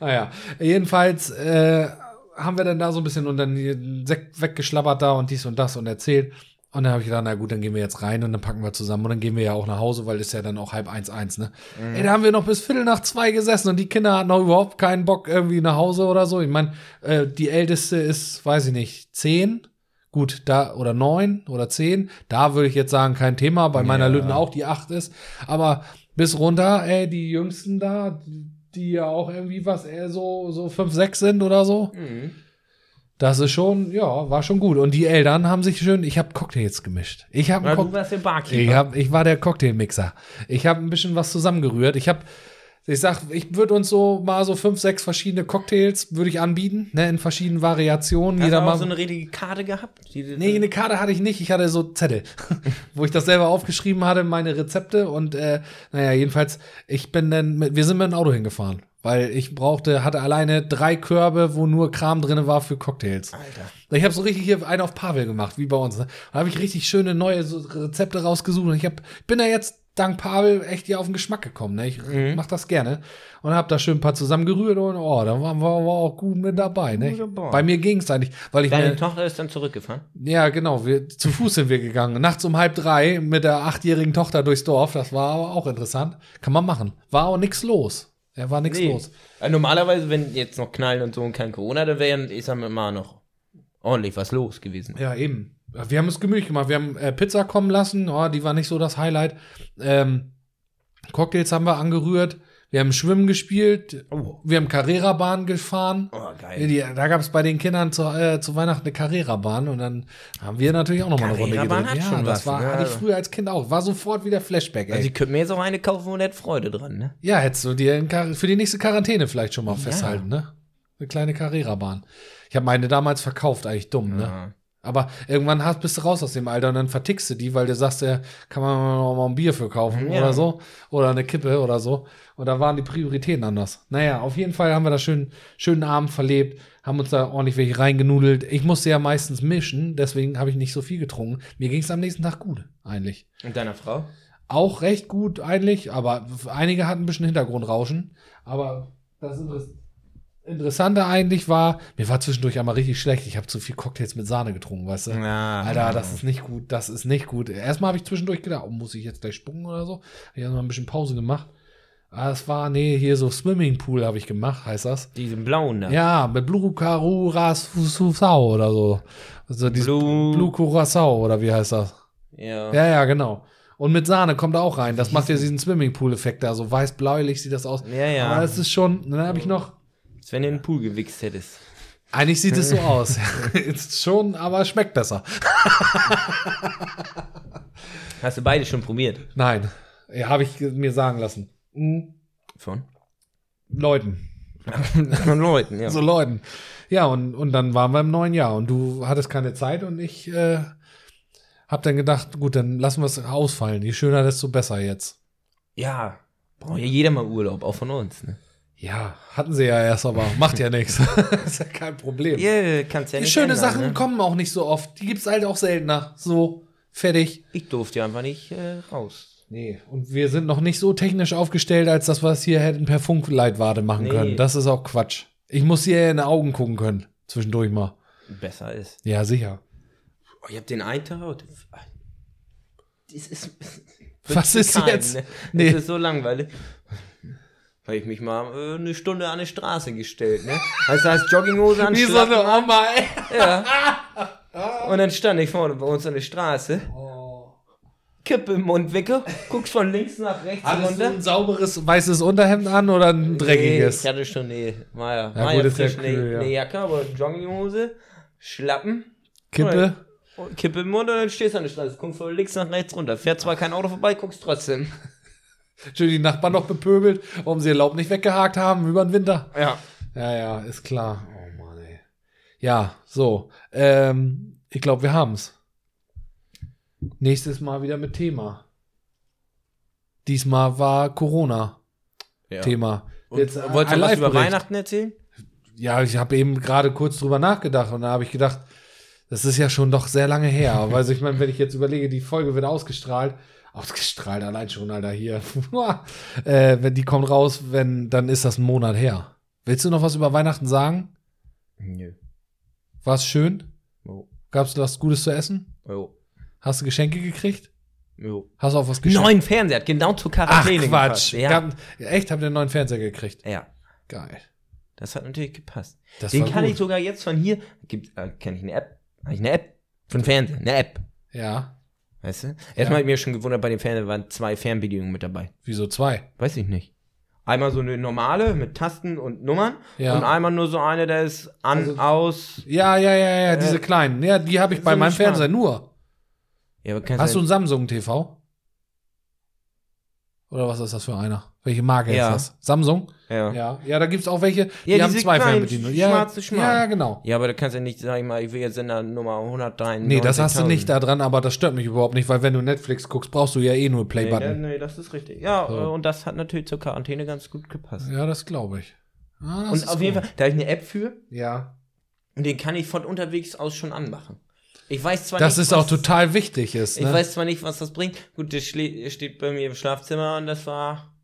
B: Naja, jedenfalls äh, haben wir dann da so ein bisschen und dann den Sekt weggeschlabbert da und dies und das und erzählt. Und dann habe ich gedacht, na gut, dann gehen wir jetzt rein und dann packen wir zusammen und dann gehen wir ja auch nach Hause, weil es ist ja dann auch halb eins eins, ne? Ey, da haben wir noch bis Viertel nach zwei gesessen und die Kinder hatten auch überhaupt keinen Bock irgendwie nach Hause oder so. Ich meine, äh, die älteste ist, weiß ich nicht, zehn. Gut, da oder neun oder zehn, da würde ich jetzt sagen, kein Thema. Bei meiner
A: Ja.
B: Lütten auch die acht ist. Aber bis runter, ey, die Jüngsten da, die ja auch irgendwie was eher so, so fünf, sechs sind oder so.
A: Mhm.
B: Das ist schon, ja, war schon gut. Und die Eltern haben sich schön, ich habe Cocktails gemischt. Ich habe
A: Na,
B: einen
A: du
B: Cocktail.
A: warst der
B: Ich,
A: Barkeeper.
B: hab, ich war der Cocktailmixer. Ich habe ein bisschen was zusammengerührt. Ich habe, ich sag, ich würde uns so mal so fünf, sechs verschiedene Cocktails würde ich anbieten, ne, in verschiedenen Variationen.
A: Hast du
B: Jeder
A: auch
B: mal
A: so eine richtige Karte gehabt? Die,
B: Nee, eine Karte hatte ich nicht. Ich hatte so Zettel, wo ich das selber aufgeschrieben hatte, meine Rezepte. Und äh, naja, jedenfalls, ich bin dann, mit, wir sind mit dem Auto hingefahren, weil ich brauchte, hatte alleine drei Körbe, wo nur Kram drin war für Cocktails.
A: Alter.
B: Ich habe so richtig hier einen auf Pavel gemacht, wie bei uns. Ne? Da habe ich richtig schöne neue so Rezepte rausgesucht. Und ich hab, bin da jetzt dank Pavel echt hier auf den Geschmack gekommen. Ne? Ich
A: Mhm.
B: mach das gerne. Und habe da schön ein paar zusammengerührt. Und oh, da waren wir aber auch gut mit dabei. Ne?
A: Gute Boy.
B: Bei mir ging's eigentlich, weil ich
A: Deine
B: mir-
A: Tochter ist dann zurückgefahren.
B: ja, genau. Wir, zu Fuß sind wir gegangen. Nachts um halb drei mit der achtjährigen Tochter durchs Dorf. Das war aber auch interessant. Kann man machen. War auch nix los. Er war nix los.
A: Äh, Normalerweise, wenn jetzt noch Knallen und so und kein Corona, dann wäre ja, ich sag mal, immer noch ordentlich was los gewesen.
B: Ja, eben. Wir haben es gemütlich gemacht. Wir haben äh, Pizza kommen lassen. Oh, die war nicht so das Highlight. Ähm, Cocktails haben wir angerührt. Wir haben Schwimmen gespielt.
A: Oh.
B: Wir haben Carrera-Bahn gefahren.
A: Oh, geil.
B: Die, da gab es bei den Kindern zu, äh, zu Weihnachten eine Carrera-Bahn und dann haben wir natürlich auch nochmal eine Runde
A: Carrera-Bahn
B: gedreht.
A: hat
B: Ja,
A: schon
B: das
A: was,
B: war,
A: ne?
B: hatte ich früher als Kind auch. War sofort wieder Flashback, ey.
A: also, ich könnte mir jetzt auch eine kaufen und hätte Freude dran, ne?
B: Ja, hättest du dir in Kar- für die nächste Quarantäne vielleicht schon mal festhalten, ne? Eine kleine Carrera-Bahn. Ich habe meine damals verkauft, eigentlich dumm, ne?
A: Ja.
B: Aber irgendwann hast, bist du raus aus dem Alter und dann vertickst du die, weil du sagst, ja, kann man auch mal ein Bier für kaufen
A: Ja.
B: oder so. Oder eine Kippe oder so. Und da waren die Prioritäten anders. Naja, auf jeden Fall haben wir da schön, schönen Abend verlebt, haben uns da ordentlich welche reingenudelt. Ich musste ja meistens mischen, deswegen habe ich nicht so viel getrunken. Mir ging es am nächsten Tag gut, eigentlich
A: Und deiner Frau?
B: auch recht gut eigentlich, aber einige hatten ein bisschen Hintergrundrauschen. Aber das Inter- Interessante eigentlich war, mir war zwischendurch einmal richtig schlecht. Ich habe zu viel Cocktails mit Sahne getrunken, weißt du?
A: Ja.
B: Alter, das ist nicht gut, das ist nicht gut. Erstmal habe ich zwischendurch gedacht, oh, muss ich jetzt gleich spucken oder so? Hab Ich habe mal ein bisschen Pause gemacht. Aber es war, nee, hier so Swimmingpool habe ich gemacht, heißt das.
A: Diesen blauen da.
B: Ja, mit Blue Karu Ras Fusau oder so. Also dieses
A: Blue-
B: Blue Curacao oder wie heißt das?
A: Ja.
B: Ja, ja, genau. Und mit Sahne kommt er auch rein. Das macht ja diesen Swimmingpool-Effekt da. So weiß-bläulich sieht das aus.
A: Ja, ja.
B: Aber es ist schon, und dann habe ich noch.
A: Als wenn du in den Pool gewichst hättest.
B: Eigentlich sieht es so aus. ist schon, aber schmeckt besser.
A: Hast du beide schon probiert?
B: Nein. Ja, habe ich mir sagen lassen. Mhm.
A: Von?
B: Leuten.
A: Von Leuten, ja.
B: So Leuten. Ja, und, und dann waren wir im neuen Jahr und du hattest keine Zeit und ich äh, habe dann gedacht, gut, dann lassen wir es ausfallen. Je schöner, desto besser jetzt.
A: Ja. Braucht ja jeder mal Urlaub, auch von uns, ne?
B: Ja, hatten sie ja erst, aber macht ja nichts. ist ja kein Problem.
A: Ja, kannst ja
B: Die
A: nicht
B: schöne
A: ändern,
B: Sachen
A: ne?
B: kommen auch nicht so oft. Die gibt's halt auch seltener. So, fertig.
A: Ich durfte ja einfach nicht äh, raus.
B: Nee, und wir sind noch nicht so technisch aufgestellt, als dass wir es hier hätten per Funkleitwade machen
A: Nee.
B: können. Das ist auch Quatsch. Ich muss hier in die Augen gucken können. Zwischendurch mal.
A: Besser ist.
B: Ja, sicher.
A: Oh, ihr habt den eintaut. Das ist.
B: Was ist
A: Kein,
B: jetzt?
A: Ne?
B: Nee.
A: Das ist so langweilig. Habe ich mich mal äh, eine Stunde an die Straße gestellt, ne? Also heißt Jogginghose an
B: Wie so
A: Schlappen-
B: eine Oma, ey.
A: ja. Und dann stand ich vorne bei uns an der Straße, Oh. Kippe im Mundwinkel, guckst von links nach rechts
B: Hattest du
A: runter.
B: ein sauberes weißes Unterhemd an oder ein dreckiges?
A: Nee, ich hatte schon, nee, war ja,
B: Ja,
A: war
B: gut,
A: ja
B: ist ja
A: frisch, nee,
B: kühl, ja.
A: nee, Jacke, aber Jogginghose, Schlappen,
B: Kippe?
A: und Kippe im Mund und dann stehst du an der Straße, guckst von links nach rechts runter. Fährt zwar kein Auto vorbei, guckst trotzdem.
B: Schön die Nachbarn noch bepöbelt, warum sie ihr Laub nicht weggehakt haben über den Winter.
A: Ja.
B: Ja, ja, ist klar. Oh Mann, ey. Ja, so. Ähm, ich glaube, wir haben's. Nächstes Mal wieder mit Thema. Diesmal war Corona-Thema.
A: ja. Jetzt,
B: äh,
A: wolltest
B: ein
A: du was über
B: Live-Bericht.
A: Weihnachten erzählen?
B: Ja, ich habe eben gerade kurz drüber nachgedacht und da habe ich gedacht, das ist ja schon doch sehr lange her. Aber also ich meine, wenn ich jetzt überlege, die Folge wird ausgestrahlt, ausgestrahlt allein schon, Alter, hier. äh, wenn die kommt raus, wenn, dann ist das ein Monat her. Willst du noch was über Weihnachten sagen?
A: Nö.
B: War's schön?
A: Jo.
B: Gab's was Gutes zu essen?
A: Jo.
B: Hast du Geschenke gekriegt?
A: Jo.
B: Hast du auch was geschenkt?
A: Neuen Fernseher, hat genau zur
B: Ach
A: Quarantäne
B: Quatsch.
A: gepasst. Ja.
B: Gab, echt, habt ihr einen neuen Fernseher gekriegt?
A: ja,
B: Geil.
A: das hat natürlich gepasst.
B: Das
A: Den
B: war
A: kann
B: gut.
A: ich sogar jetzt von hier, gibt, äh, kann ich eine App? Habe ich eine App? Von Fernseher, eine App.
B: Ja.
A: Weißt du? Erstmal hab ich mir schon gewundert, bei dem Fernseher waren zwei Fernbedienungen mit dabei.
B: Wieso zwei?
A: Weiß ich nicht. Einmal so eine normale mit Tasten und Nummern
B: Ja.
A: und einmal nur so eine, da ist an,
B: Also-
A: aus.
B: Ja, ja, ja, ja, diese
A: Äh,
B: kleinen. Ja, die habe ich
A: so
B: bei
A: ein
B: meinem
A: Schmarrn.
B: Fernseher nur.
A: Ja, aber kannst
B: Hast du
A: ja-
B: einen Samsung TV? Oder was ist das für einer? Welche Marke
A: Ja.
B: ist das? Samsung?
A: ja. Ja.
B: Ja, ja, da gibt's auch welche, die
A: Ja,
B: haben
A: diese
B: zwei
A: kleinen,
B: Fernbedienungen. Ja,
A: schwarze Schmarrn.
B: ja, genau.
A: aber da kannst du nicht, sag ich mal, ich will jetzt in der Nummer 103.
B: Nee, das hast du nicht da dran, aber das stört mich überhaupt nicht, weil wenn du Netflix guckst, brauchst du ja eh nur
A: Nee, da,
B: Play-Button.
A: nee, das ist richtig. Ja,
B: So.
A: äh, und das hat natürlich zur Quarantäne ganz gut gepasst.
B: Ja, das glaube ich. Ah, das
A: und
B: ist
A: auf jeden
B: gut.
A: Fall, da habe ich eine App für
B: Ja.
A: und den kann ich von unterwegs aus schon anmachen. Ich weiß zwar
B: Das
A: nicht,
B: ist auch
A: was-
B: total wichtig ist.
A: Ich
B: Ne?
A: weiß zwar nicht, was das bringt. Gut, der schle- steht bei mir im Schlafzimmer und das war,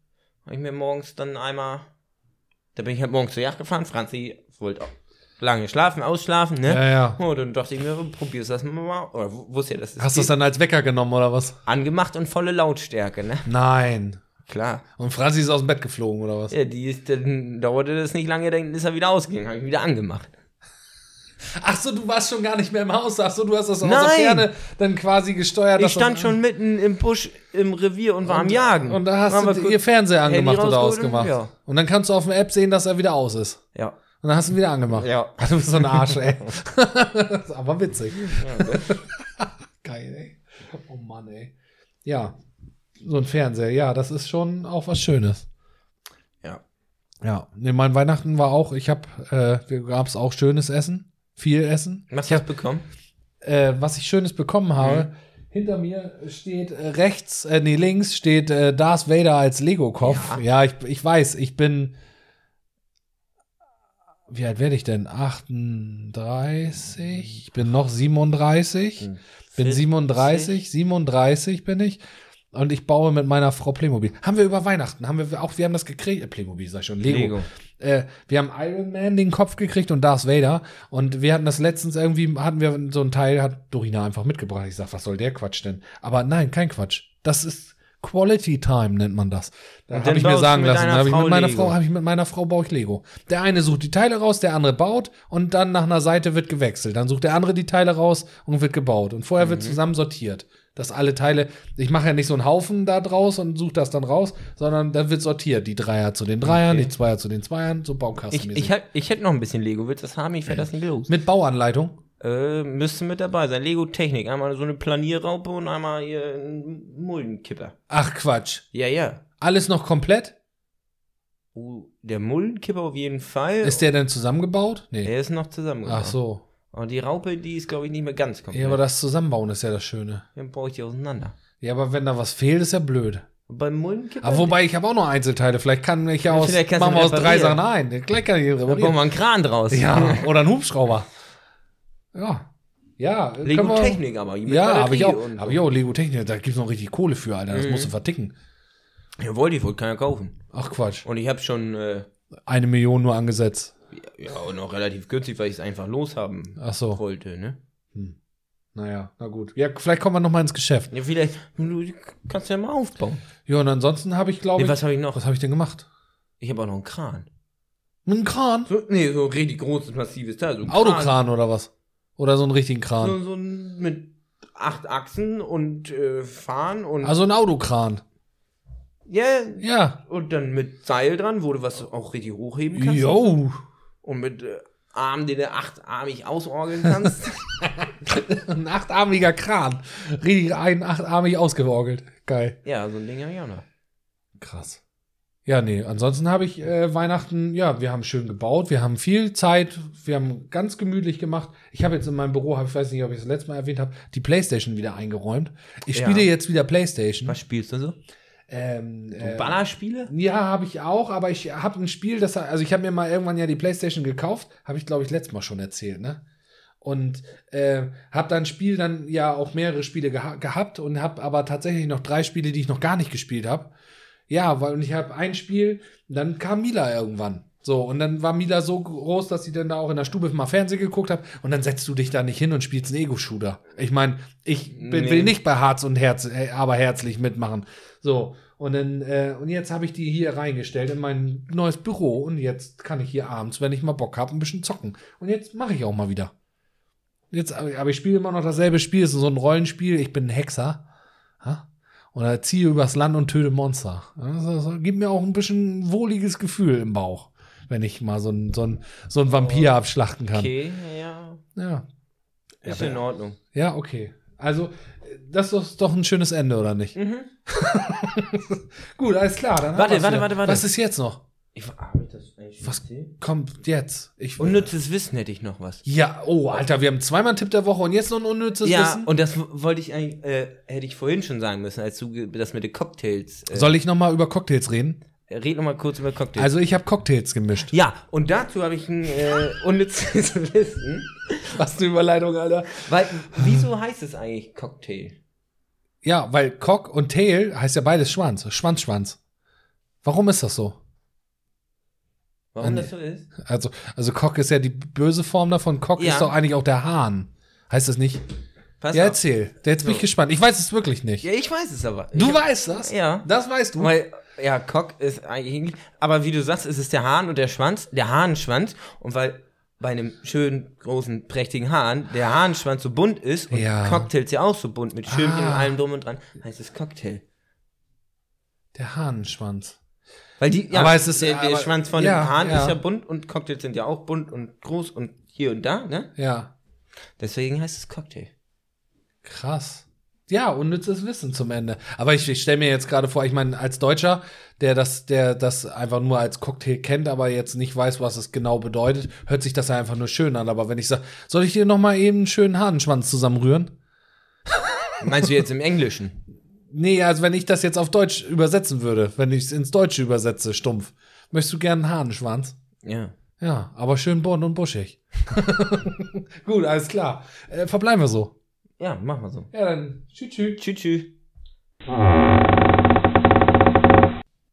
A: hab ich mir morgens dann einmal, da bin ich halt morgens zur Yacht gefahren. Franzi wollte auch lange schlafen, ausschlafen, ne?
B: Ja, ja.
A: Und dann dachte ich mir, probier's das mal, oder wu- wusste ja, dass es
B: Hast du das
A: geht.
B: dann als Wecker genommen oder was?
A: angemacht und volle Lautstärke, ne?
B: Nein.
A: Klar.
B: Und Franzi ist aus dem Bett geflogen oder was?
A: Ja, die ist, dann dauerte das nicht lange, dann ist er wieder ausgegangen, habe ich wieder angemacht.
B: Ach so, du warst schon gar nicht mehr im Haus. Ach so, du hast das aus der
A: Nein.
B: Ferne dann quasi gesteuert.
A: ich
B: dass
A: stand
B: das-
A: schon mitten im Busch, im Revier und war am Jagen.
B: Und da
A: Waren wir
B: hast du
A: kurz-
B: ihr Fernseher
A: Handy
B: angemacht oder
A: rausgeholt und- ja.
B: ausgemacht. Und dann kannst du auf dem App sehen, dass er wieder aus ist.
A: Ja.
B: Und dann hast du ihn wieder angemacht.
A: Ja.
B: Du bist so ein Arsch, ey. Das ist aber witzig. Geil, ey. Oh Mann, ey. Ja. So ein Fernseher, ja, das ist schon auch was Schönes.
A: Ja.
B: Ja, nee, mein Weihnachten war auch, ich hab, äh, wir gab's auch schönes Essen, viel Essen.
A: Hast du das bekommen?
B: Äh, was ich Schönes bekommen habe, hinter mir steht äh, rechts, äh, nee, links steht äh, Darth Vader als Lego-Kopf. Ja, ich, ich weiß, ich bin, wie alt werde ich denn? 38? Ich bin noch 37?
A: Hm.
B: Bin
A: 40?
B: 37, 37 bin ich. Und ich baue mit meiner Frau Playmobil. Haben wir über Weihnachten, haben wir auch, wir haben das gekriegt, äh, Playmobil sag ich schon, Lego.
A: Lego.
B: Äh, wir haben Iron Man den Kopf gekriegt und Darth Vader. Und wir hatten das letztens irgendwie, hatten wir so einen Teil, hat Dorina einfach mitgebracht. Ich sag, was soll der Quatsch denn? Aber nein, kein Quatsch. Das ist Quality Time, nennt man das. Da
A: Und
B: habe
A: dann
B: ich mir
A: baust du
B: sagen
A: mit
B: lassen.
A: deiner
B: Da hab ich mit
A: Frau
B: meiner
A: Lego.
B: Frau, habe ich mit meiner Frau baue ich Lego. Der eine sucht die Teile raus, der andere baut und dann nach einer Seite wird gewechselt. Dann sucht der andere die Teile raus und wird gebaut. Und vorher
A: Mhm.
B: wird zusammen sortiert. Dass alle Teile, ich mache ja nicht so einen Haufen da draus und suche das dann raus, sondern dann wird sortiert. Die Dreier zu den Dreiern,
A: Okay.
B: die Zweier zu den Zweiern, so
A: Ich,
B: baukastenmäßig.
A: ich, hab- ich hätte noch ein bisschen Lego. Willst du das haben? Ich werde das nicht los.
B: Mit Bauanleitung.
A: Äh, müsste mit dabei sein. Lego-Technik. Einmal so eine Planierraupe und einmal hier ein Muldenkipper.
B: Ach Quatsch.
A: Ja, ja.
B: Alles noch komplett?
A: Uh, der Muldenkipper auf jeden Fall.
B: Ist der denn zusammengebaut? Nee.
A: der ist noch zusammengekommen.
B: Ach so.
A: Und die Raupe, die ist, glaube ich, nicht mehr ganz komplett.
B: Ja, aber das Zusammenbauen ist ja das Schöne.
A: Dann brauche ich die auseinander.
B: Ja, aber wenn da was fehlt, ist ja blöd.
A: Und beim Muldenkipper.
B: Aber Ah, wobei, ich habe auch noch Einzelteile. Vielleicht kann ich ja aus,
A: Vielleicht
B: machen
A: kannst du
B: wir aus drei
A: reparieren.
B: Sachen ein. Gleich kann ich
A: da brauchen
B: reparieren.
A: wir einen Kran draus.
B: Ja, oder ein Hubschrauber. Ja. Ja, äh,
A: Lego
B: können wir-
A: Technik aber. mit
B: Ja, habe
A: Batterie
B: ich auch.
A: und
B: Habe
A: so. Mhm.
B: ich auch Lego Technik. Da gibt's noch richtig Kohle für, Alter. Das musst du verticken.
A: Ja, wollte ich, wollte keiner kaufen.
B: Ach Quatsch.
A: Und ich habe schon, äh,
B: Eine Million nur angesetzt.
A: ja, und auch relativ günstig, weil ich es einfach loshaben
B: Ach so.
A: wollte, ne?
B: Naja, na gut. Ja, vielleicht kommen wir noch mal ins Geschäft.
A: Ja, vielleicht, du kannst ja mal aufbauen.
B: Ja, und ansonsten habe ich, glaube
A: Nee,
B: ich.
A: was habe ich noch?
B: was habe ich denn gemacht?
A: Ich habe auch noch einen Kran.
B: Einen Kran?
A: So, nee, so ein richtig großes, massives Teil. So ein
B: Autokran oder was? Oder so einen richtigen Kran?
A: So, so ein- mit acht Achsen und äh, Fahren und.
B: Also ein Autokran.
A: ja,
B: Ja.
A: und dann mit Seil dran, wo du was auch richtig hochheben kannst.
B: Jo.
A: Und mit äh, Arm, den du achtarmig ausorgeln kannst.
B: Ein achtarmiger Kran. Richtig ein achtarmig ausgeworgelt. Geil.
A: ja, so ein Ding habe ich auch noch.
B: Krass. Ja, nee. Ansonsten habe ich äh, Weihnachten, ja, wir haben schön gebaut, wir haben viel Zeit, wir haben ganz gemütlich gemacht. Ich habe jetzt in meinem Büro, hab- ich weiß nicht, ob ich das letzte Mal erwähnt habe, die Playstation wieder eingeräumt. Ich
A: Ja.
B: spiele jetzt wieder Playstation.
A: Was spielst du so?
B: Ähm, äh,
A: Ballerspiele?
B: Ja, habe ich auch, aber ich habe ein Spiel, das also ich habe mir mal irgendwann ja die Playstation gekauft, habe ich glaube ich letztes Mal schon erzählt, ne? Und äh, habe dann Spiel dann ja auch mehrere Spiele geha gehabt und habe aber tatsächlich noch drei Spiele, die ich noch gar nicht gespielt habe. Ja, weil und ich habe ein Spiel, dann kam Mila irgendwann. So, und dann war Mila so groß, dass sie dann da auch in der Stube mal Fernsehen geguckt hat. Und dann setzt du dich da nicht hin und spielst einen Ego-Shooter. Ich meine, ich bin,
A: Nee.
B: will nicht bei Harz und Herz, äh, aber herzlich mitmachen. So, und dann, äh, und jetzt habe ich die hier reingestellt in mein neues Büro. Und jetzt kann ich hier abends, wenn ich mal Bock habe, ein bisschen zocken. Und jetzt mache ich auch mal wieder. Jetzt, aber aber ich spiele immer noch dasselbe Spiel. Es ist so ein Rollenspiel. Ich bin ein Hexer. Ja? Oder ziehe übers Land und töte Monster. Das, das, das gibt mir auch ein bisschen wohliges Gefühl im Bauch, wenn ich mal so ein so ein so ein Vampir abschlachten kann.
A: Oh, Okay, ja.
B: Ja.
A: Ist
B: Ja,
A: in Ordnung.
B: ja, okay. Also, äh, das ist doch ein schönes Ende, oder nicht? Gut, alles klar. Dann haben
A: Mhm. Warte,
B: wir's
A: warte,
B: wieder.
A: warte, warte.
B: Was ist jetzt noch?
A: Ich habe ich das eigentlich
B: Was?
A: Was? erzählt?
B: Kommt jetzt. Ich,
A: Unnützes Wissen hätte ich noch was.
B: ja, oh, Alter, wir haben zweimal einen Tipp der Woche und jetzt noch ein unnützes
A: ja,
B: Wissen.
A: und das w- wollte ich eigentlich, äh, hätte ich vorhin schon sagen müssen, als du ge- das mit den Cocktails. Äh,
B: Soll ich noch mal über Cocktails reden?
A: red noch mal kurz über Cocktails.
B: Also, ich habe Cocktails gemischt.
A: ja, und dazu habe ich ein äh, unnützes Wissen.
B: Was eine Überleitung, Alter.
A: Weil, wieso heißt es eigentlich Cocktail?
B: Ja, weil Cock und Tail heißt ja beides Schwanz. Schwanz, Schwanz. Warum ist das so?
A: Warum
B: Ah, nee.
A: das so ist?
B: Also, also Cock ist ja die böse Form davon. Cock
A: Ja.
B: ist doch eigentlich auch der Hahn. Heißt das nicht?
A: Pass
B: ja,
A: auf.
B: erzähl. Jetzt bin ich gespannt. Ich weiß es wirklich nicht.
A: ja, ich weiß es aber.
B: Du
A: ich,
B: weißt das?
A: Ja.
B: Das weißt du.
A: Weil, ja, Cock ist eigentlich, aber wie du sagst, es ist der Hahn und der Schwanz, der Hahnenschwanz. Und weil bei einem schönen, großen, prächtigen Hahn der Hahnenschwanz so bunt ist und
B: Ja.
A: Cocktails ja auch so bunt mit Schirmchen und
B: Ah.
A: allem drum und dran, heißt es Cocktail.
B: der Hahnenschwanz.
A: Weil die, ja,
B: Aber es ist-
A: der, der
B: aber-
A: Schwanz von
B: ja,
A: dem Hahn
B: ja.
A: ist ja bunt und Cocktails sind ja auch bunt und groß und hier und da, ne?
B: Ja.
A: Deswegen heißt es Cocktail.
B: Krass. Ja, unnützes Wissen zum Ende. Aber ich, ich stelle mir jetzt gerade vor, ich meine, als Deutscher, der das, der das einfach nur als Cocktail kennt, aber jetzt nicht weiß, was es genau bedeutet, hört sich das ja einfach nur schön an. Aber wenn ich sage, soll ich dir noch mal eben einen schönen Hahnenschwanz zusammenrühren?
A: Meinst du jetzt im Englischen?
B: Nee, also wenn ich das jetzt auf Deutsch übersetzen würde, wenn ich es ins Deutsche übersetze, stumpf. Möchtest du gerne einen Hahnenschwanz?
A: Ja.
B: Ja, aber schön bunt und buschig. Gut, alles klar. Äh, verbleiben wir so.
A: Ja, machen wir so.
B: Ja, dann tschüss, tschüss.
A: Tschüss, tschüss.